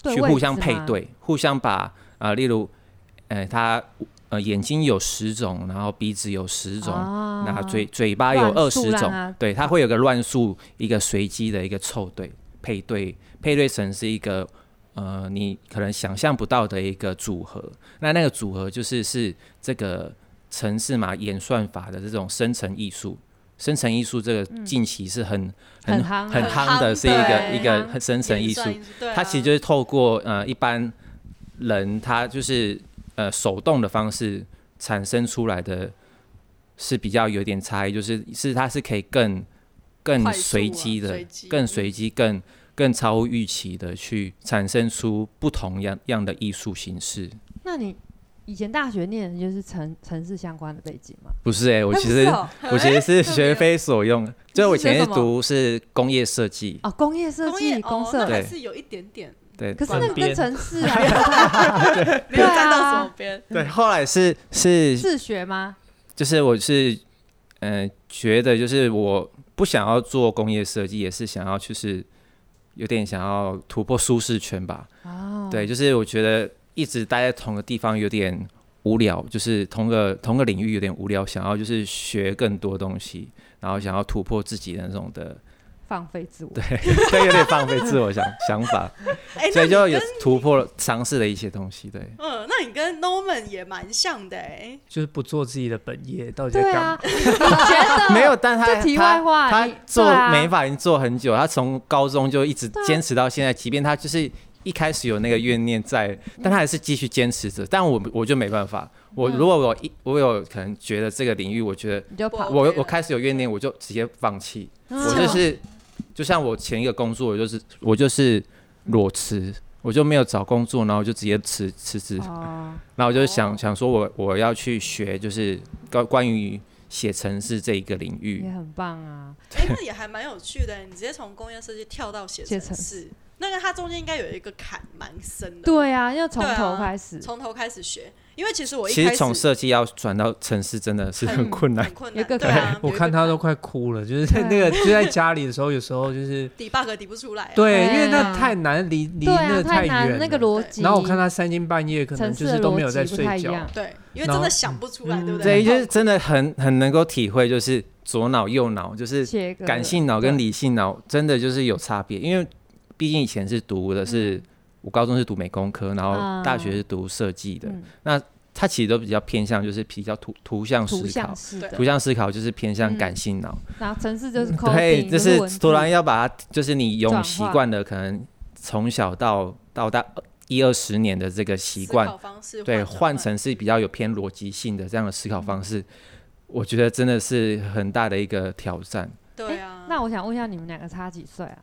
对去位互相置配吗，对，互相把呃，例如呃它呃眼睛有十种，然后鼻子有十种，啊那嘴嘴巴有二乱数啊十让种，它对，它会有个乱数，一个随机的一个凑对配对，配对成是一个呃你可能想象不到的一个组合。那那个组合就是是这个城市码演算法的这种生成艺术。生成艺术这个近期是很、很夯啊很很夯的，夯是一个对一个很很生成艺术。演算对啊它其实就是透过呃一般人他就是呃手动的方式产生出来的，是比较有点差异，就是是它是可以更更快速啊随机的、随机更随机、更更超乎预期的去产生出不同样样的艺术形式。那你以前大学念的就是城城市相关的背景吗？不是哎、我哎其不是实、哦我其实是学别非所用，就我以前你是学是什么读是工业设计， 哦，工业设工业计、公哦社那，还对是有一点点对，可是那个管编跟城市 啊，没有站到什么边，对，后来是是自学吗？就是我是，嗯、觉得就是我不想要做工业设计，也是想要就是有点想要突破舒适圈吧。哦，对，就是我觉得一直待在同个地方有点无聊，就是同个同个领域有点无聊，想要就是学更多东西，然后想要突破自己的那种的， 放飞自我。对，有点放飞自我想想法， 哎，所以那就你有跟突破了尝试了一些东西。对，嗯，那你跟 Norman 也蛮像的哎，就是不做自己的本业，到底在对干啊嘛？，你觉 得没有，但他这题外话他你他做对啊美发已经做很久，他从高中就一直对啊坚持到现在，即便他就是一开始有那个怨念在，但他还是继续坚持着。但我我就没办法，我嗯如果我一我有可能觉得这个领域，我觉得你就跑我我 OK 了我开始有怨念，我就直接放弃。嗯我就是 就像我前一个工作，我就是我就是裸辞。我就没有找工作，然后我就直接辞辞职，哦，然后我就想、想说我我要去学，就是关关于写程式这一个领域。也很棒啊。 哎，那也还蛮有趣的，你直接从工业设计跳到写写程程式，那个它中间应该有一个坎蛮深的，对啊，要从对啊头开始，从头开始学，因为其实我一其开实始从设计要转到城市真的是很 困难很。困有难，一个对啊坎， 我看他都快哭了，就是啊在那个就在家里的时候，有时候就是抵 bug 抵不出来啊，对，对啊因为那太难，离离对那啊，太太远难了。那个逻辑。然后我看他三更半夜，可能就是都没有在城市的逻辑睡不太一觉样。对，因为然真后的想不出来，嗯对不对？对，就是真的很很能够体会，就是左脑右脑，就是切割感性脑跟理性脑真的就是有差别。因为毕竟以前是读的是、我高中是读美工科，然后啊大学是读设计的，嗯它其实都比较偏向就是比较图图像思图考像。式的，图像思考就是偏向嗯感性脑，然后城市就是 coding，嗯对，就文字突然要把它，就是你转用化习惯的，可能从小到到大一二十年的这个习思惯，考方式对，换换成是比较有偏逻辑性的这样的思考方式，我觉得真的是很大的一个挑战。对啊，哎那我想问一下，你们两个差几岁啊？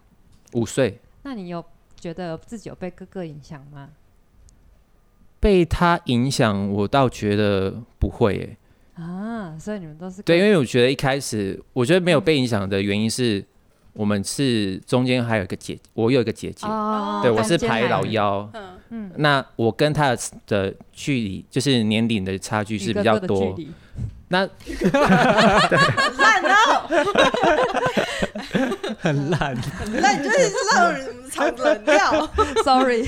五岁那你有觉得自己有被哥哥影响吗？被他影响，我倒觉得不会诶、啊，所以你们都是对，因跟为我觉得一开始，我觉得没有被影响的原因是，我们是中间还有一个姐，我有一个姐姐，哦，对我是中间排来老的幺，嗯，嗯，那我跟他的的距离，就是年龄的差距与是哥比较哥的距多。离那 烂 哦，很烂，烂就是让人场冷掉， ，sorry，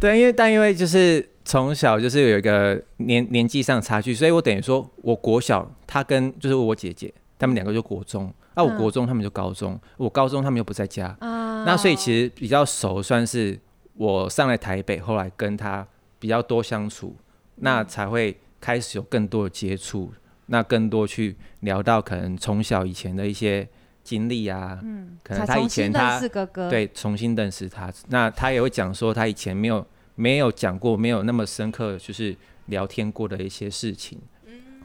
对，因为但因为就是从小就是有一个年年纪上的差距，所以我等于说我国小他跟就是我姐姐他们两个就国中，那、我嗯国中他们就高中，我高中他们又不在家，啊，那所以其实比较熟算是我上来台北，后来跟他比较多相处，那才会开始有更多的接触，那更多去聊到可能从小以前的一些经历啊，嗯，可才能他以重新前认他识哥哥，对，重新认识他。那他也会讲说，他以前没有没有讲过，没有那么深刻，就是聊天过的一些事情。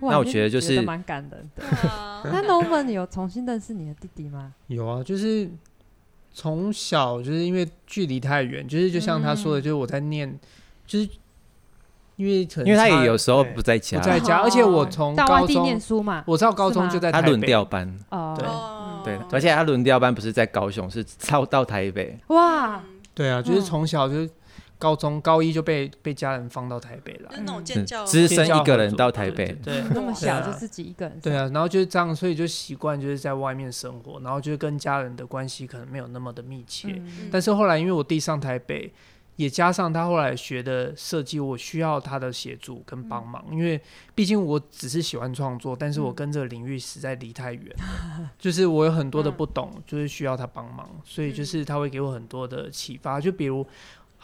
哇，那我你觉得就得是蛮感人 的。嗯对啊那 Norman 有重新认识你的弟弟吗？有啊，就是从嗯小就是因为距离太远，就是就像他说的，就是我在念，就是因为可能因为他也有差时候对不在家不，在家，哦而且我从到外高地念中，书嘛，我到高中就在他台轮北，调班，对哦，哦对，而且他轮调班不是在高雄，是到到台北，哇，对啊，就是嗯从小就是高中高一就被被家人放到台北就来是，那种是建教，只先身叫一个合人作到台对北，对对 那么小对啊就自己一个人，对，啊，然后就是这样，所以就习惯就是在外面生活，然后就是跟家人的关系可能没有那么的密切。嗯但是后来因为我弟上台北，也加上他后来学的设计，我需要他的协助跟帮忙，因为毕竟我只是喜欢创作，但是我嗯跟这个领域实在离太远了， 就是我有很多的不懂，嗯就是需要他帮忙，所以就是他会给我很多的启发，就比如。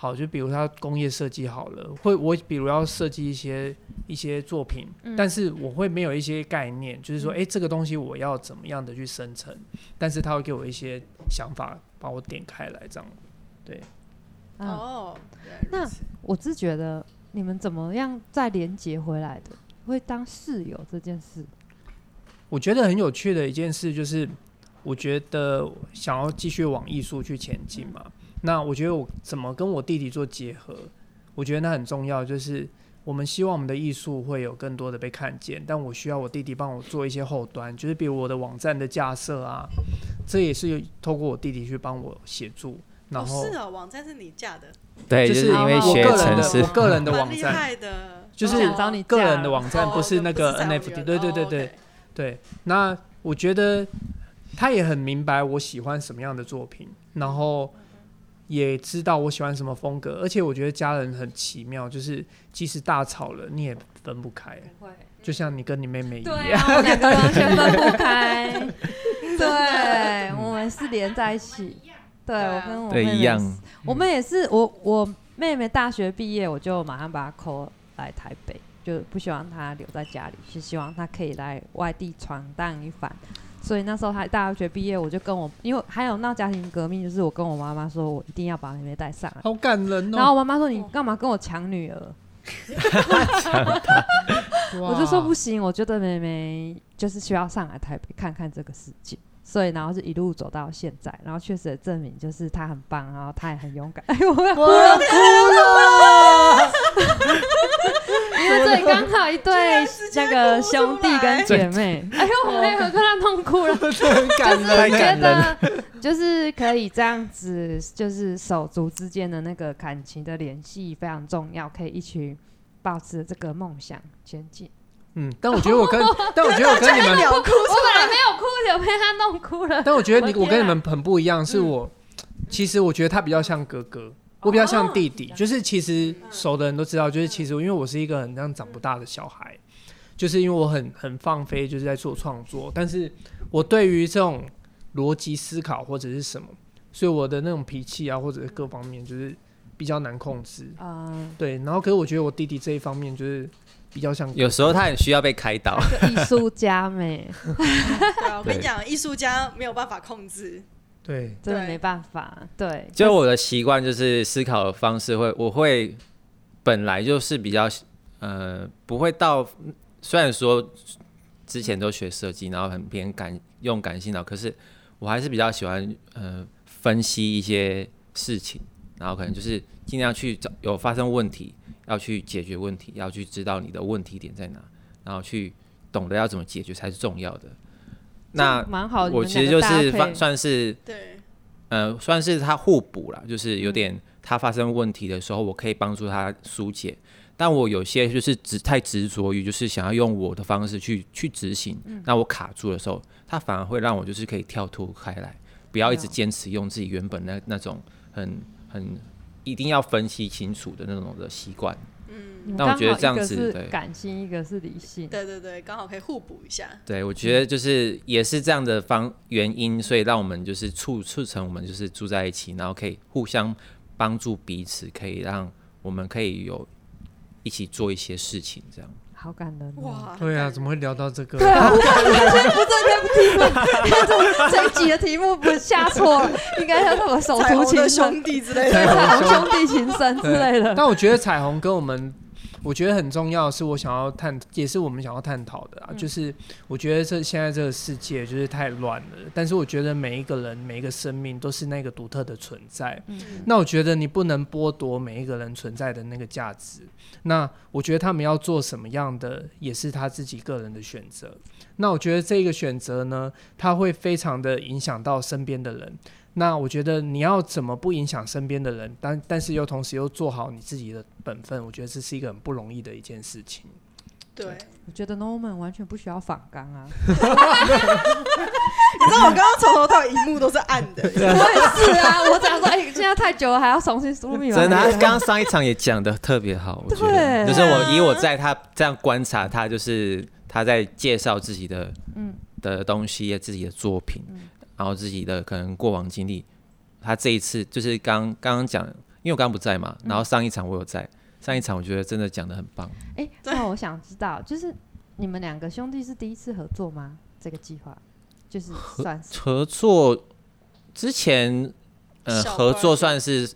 好，就比如他工业设计好了，会我比如要设计一些一些作品，嗯但是我会没有一些概念，就是说，哎、这个东西我要怎么样的去生成，但是他会给我一些想法，把我点开来，这样。啊，哦，那我是觉得你们怎么样再连接回来的？会当室友这件事，我觉得很有趣的一件事就是，我觉得想要继续往艺术去前进嘛。那我觉得我怎么跟我弟弟做结合，我觉得那很重要。就是我们希望我们的艺术会有更多的被看见，但我需要我弟弟帮我做一些后端，就是比如我的网站的架设啊，这也是透过我弟弟去帮我协助。然哦后是哦，网站是你架的，对，就就是是因为我学个人城的市我，个人的蛮网厉站，害的，就是我想找你个架人了的网哦站，不是那个 NFT。对对对对，对，那我觉得他也很明白我喜欢什么样的作品，然后也知道我喜欢什么风格，而且我觉得家人很奇妙，就是即使大吵了，你也分不开，会，哎就像你跟你妹妹一对样。啊，我两个完全分不 开，对，我们是连在一起，对对我啊跟我 嗯对妹妹一样是，我们也是，我我妹妹大学毕业，我就马上把她扣来台北，就不希望她留在家里，是希望她可以来外地闯荡一番。所以那时候她大学毕业，我就跟我，因为还有闹家庭革命，就是我跟我妈妈说，我一定要把妹妹带上来。好感人然后哦！我妈妈说：“你干嘛跟我抢女儿？”我我就说不行，我觉得妹妹就是需要上来台北看看这个世界，所以然后就一路走到现在，然后确实也证明就是她很棒，然后她也很勇敢。哎 呦，我要哭了，因为这里刚好一 对那个兄弟跟姐妹， 哎呦，我也快让痛哭了。很感就是人，觉得，就是可以这样子，就是手足之间的那个感情的联系非常重要，可以一起保持这个梦想前进。嗯，但我觉得我跟，但我觉得我跟你们，秒哎哭我本来没有哭，有被他弄哭了。 但我觉得你我我天啊跟你们很不一样，是我其实我觉得他比较像哥哥，我比较像弟弟。就是其实熟的人都知道，就是其实因为我是一个很这样长不大的小孩，就是因为我很很放飞，就是在做创作，但是我对于这种逻辑思考或者是什么，所以我的那种脾气啊，或者是各方面就是比较难控制。嗯，对，然后可是我觉得我弟弟这一方面就是比较像哥哥有时候他很需要被开导。就艺术家美，对啊，我跟你对讲，艺术家没有办法控制，对真的对没办法。 对，就我的习惯就是思考的方式会，我会本来就是比较呃不会到，虽然说之前都学设计，然后很偏感用感性脑，可是我还是比较喜欢呃分析一些事情，然后可能就是尽量去找有发生问题要去解决问题，要去知道你的问题点在哪，然后去懂得要怎么解决才是重要的。那这蛮好的。我你其们实两就个是搭算配算是对，呃，算是他互补啦，就是有点他发生问题的时候，我可以帮助他疏解。但我有些就是执太执着于，就是想要用我的方式去去执行，那我卡住的时候，他反而会让我就是可以跳脱开来，不要一直了坚持用自己原本那那种很很一定要分析清楚的那种的习惯。你们但我刚觉得好这样一个子是对感性，一个是理性。对对对，刚好可以互补一下，对，我觉得就是也是这样的方原因，所以让我们就是促促成我们就是住在一起，然后可以互相帮助彼此，可以让我们可以有一起做一些事情，这样。好感人哦。哇，对啊，怎么会聊到这个？对啊，我刚刚不这个题目，这这一集的题目不是下错了，应该叫什么手彩足虹的情深兄、弟之类 的，彩虹兄弟情深之类的。但我觉得彩虹跟我们我觉得很重要，是我想要探，也是我们想要探讨的啊。就是我觉得这现在这个世界就是太乱了，但是我觉得每一个人、每一个生命都是那个独特的存在。那我觉得你不能剥夺每一个人存在的那个价值。那我觉得他们要做什么样的，也是他自己个人的选择。那我觉得这个选择呢，它会非常的影响到身边的人。那我觉得你要怎么不影响身边的人，但但是又同时又做好你自己的本分，我觉得这是一个很不容易的一件事情。对，我觉得 Norman 完全不需要仿纲啊， 你知道我刚刚从头到尾荧幕都是暗的，我也是啊，我讲说，哎、现在太久了，还要重新输入密码，真的，他啊刚刚上一场也讲的特别好，我觉对得，就是我以我在他这样观察他，就是他在介绍自己的嗯的东西、自己的作品嗯，然后自己的可能过往经历。他这一次就是刚刚刚讲，因为我刚刚不在嘛，嗯然后上一场我有在，上一场我觉得真的讲的很棒。哎、那我想知道，就是你们两个兄弟是第一次合作吗？这个计划就是算 是合作之前，呃，小合作 project 算是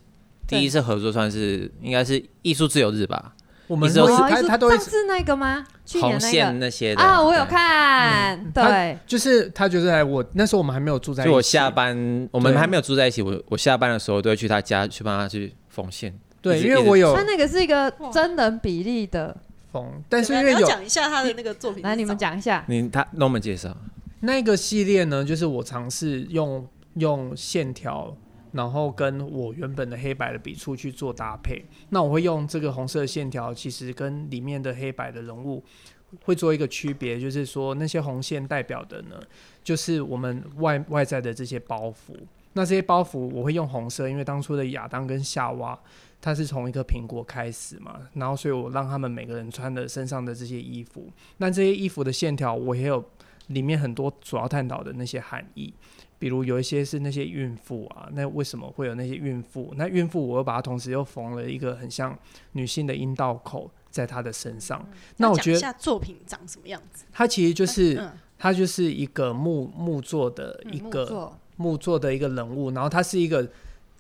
第一次合作，算是应该是艺术自由日吧，我们一直都会是哦他一直他都会上次那个吗？去红年线那那些个的啊，我有对看，对，就是他就是来我那时候我们还没有住在一起，就我下班，我们对还没有住在一起，我我下班的时候都会去他家去帮他去缝线。对，一直因为我有他那个是一个真人比例的，缝，但是对因你为要有讲一下他的那个作品是什么，来你们讲一下，你他那我们介绍，那个系列呢，就是我尝试用用线条，然后跟我原本的黑白的笔触去做搭配。那我会用这个红色的线条，其实跟里面的黑白的人物会做一个区别，就是说那些红线代表的呢，就是我们外外在的这些包袱。那这些包袱我会用红色，因为当初的亚当跟夏娃，他是从一颗苹果开始嘛，然后所以我让他们每个人穿的身上的这些衣服，那这些衣服的线条我也有里面很多主要探讨的那些含义，比如有一些是那些孕妇啊，那为什么会有那些孕妇？那孕妇我又把它同时又缝了一个很像女性的阴道口在她的身上，那我讲觉一得下作品长什么样子，它其实就是、嗯，它就是一个木木做的一嗯木个、作木做的一个人物，然后它是一个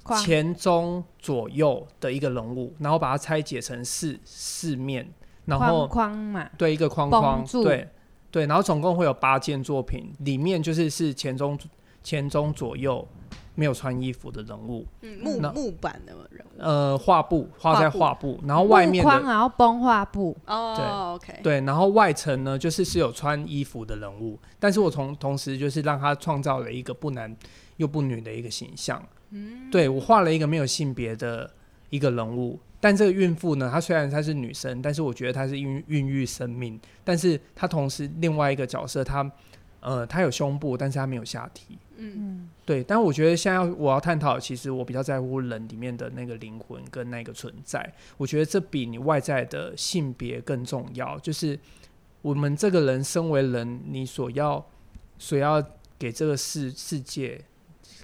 框前中左右的一个人物，然后把它拆解成四四面，然框后框嘛，对，一个框绷框，住对对，然后总共会有八件作品，里面就是是前中前中左右没有穿衣服的人物，嗯木那木板的人物，呃，画布画在画画布，然后外木面框的然后崩画布，哦，OK，对，然后外层呢就是是有穿衣服的人物，但是我同同时就是让他创造了一个不男又不女的一个形象，嗯，对我画了一个没有性别的一个人物。但这个孕妇呢，她虽然她是女生，但是我觉得她是孕孕育生命，但是她同时另外一个角色，她呃，她有胸部，但是她没有下体，嗯，嗯，对，但我觉得现在我要探讨，其实我比较在乎人里面的那个灵魂跟那个存在。我觉得这比你外在的性别更重要。就是我们这个人身为人，你所要所要给这个世世界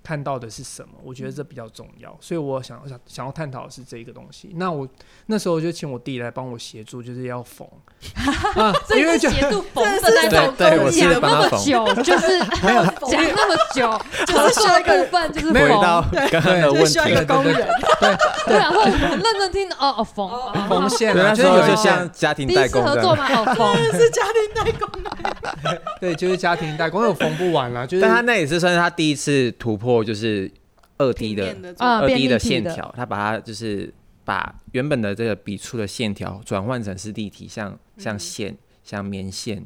看到的是什么？我觉得这比较重要。所以我想想想要探讨的是这个东西。那我那时候就请我弟来帮我协助，就是要缝 啊，因为就 度缝的那种对对我是讲帮啊那他么缝久，就是没有讲那么 久，就是需要一个部分就是没回有到缝，刚刚的就是问需要一个题，工人，对啊，或者很认真听哦哦缝，哦哦缝线对啊，那就时是候有就一些像家庭第代一次工合这作样，嘛，哦缝， 是家庭代工，对，就是家庭代工，因为我缝不完啦，就是但他那也是算是他第一次突破，就是二平 D 的面的作啊二变 D 立的体线的条，他把它就是把原本的这个笔触的线条转换成是立体，像像线、像棉线，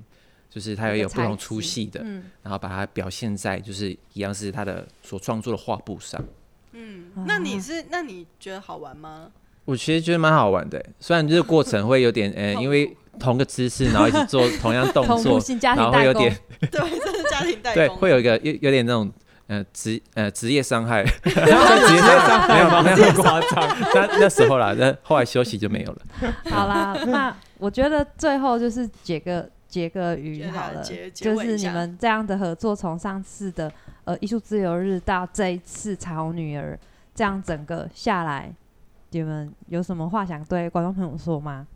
就是它一个也有不同材粗质细的，嗯，然后把它表现在就是一样是他的所创作的画布上。啊品那你是那你觉得好玩 吗？我其实觉得蛮好玩的欸，虽然这个过程会有点，呃、痛苦因为同个姿势，然后一直做同样动 同作步，性家然庭后会代有工点，对，这是家庭代对，工，会有一个有有点那种，呃，职呃职业伤害，职业伤害没有没有那么夸张， 那那时候啦，那后来休息就没有了。好啦，那我觉得最后就是结个结个语好了，结结就尾是一你下们这样的合作，从上次的呃艺术自由日到这一次彩虹女儿，这样整个下来，你们有什么话想对观众朋友说吗？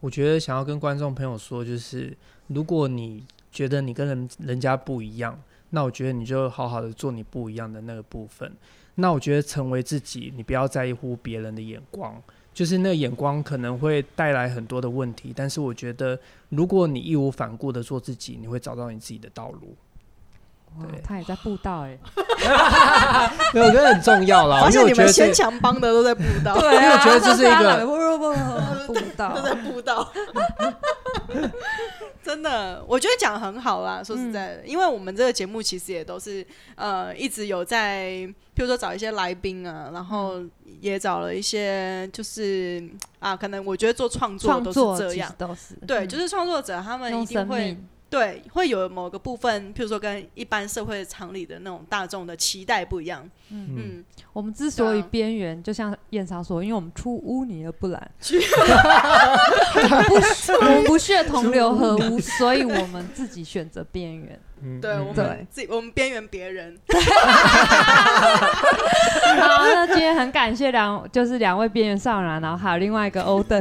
我觉得想要跟观众朋友说，就是如果你觉得你跟人人家不一样，那我觉得你就好好的做你不一样的那个部分。那我觉得成为自己，你不要在乎别人的眼光。就是那眼光可能会带来很多的问题，但是我觉得如果你义无反顾的做自己，你会找到你自己的道路。哇对，他也在布道哎， 没有，我觉得很重要 啦，发因现为你我觉们得这先强帮的都在布道，对因为我觉得这是一个个布道啊 都，在布道，真的，我觉得讲得很好啦。说实在嗯的，因为我们这个节目其实也都是呃一直有在，譬如说找一些来宾啊，然嗯后也找了一些就是啊，可能我觉得做创作创都作是这其实样。都是对，嗯就是创作者他们一用定生会命，对会有某个部分，譬如说跟一般社会常理的那种大众的期待不一样。嗯，嗯，我们之所以对啊边缘，就像燕莎说，因为我们出污泥而不染， 我们不我们不屑同流合污，所以我们自己选择边 缘。嗯对嗯我对们自己我们边缘别人， 好，那今天很感谢两，就是两位边缘少男，然后还有另外一个欧 登，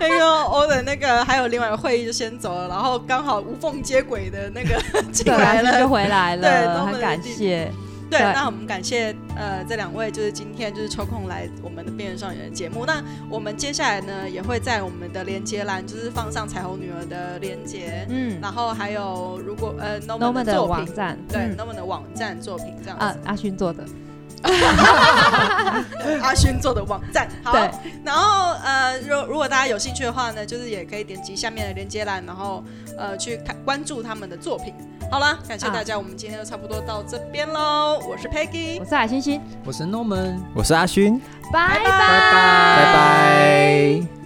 那个我的那个还有另外一个会议就先走了，然后刚好无缝接轨的 那个进对，来就了。回来对都了，回很来感地谢。对，对那我们感谢呃这两位，就是今天就是抽空来我们的边缘少年的节目。那我们接下来呢也会在我们的连接栏就是放上彩虹女儿的连接，嗯然后还有如果呃，Norman Norman 的作网品，站，对嗯 Norman 的网站作品这样啊子，，阿勋做的， 阿勋做的网站。好，对，然后呃，如如果大家有兴趣的话呢，就是也可以点击下面的连接栏，然后呃去看关注他们的作品。好啦，感谢大家，我们今天就差不多到这边喽。我是 Peggy，我是海星星，我是 Norman。我是阿勋，拜拜拜拜拜。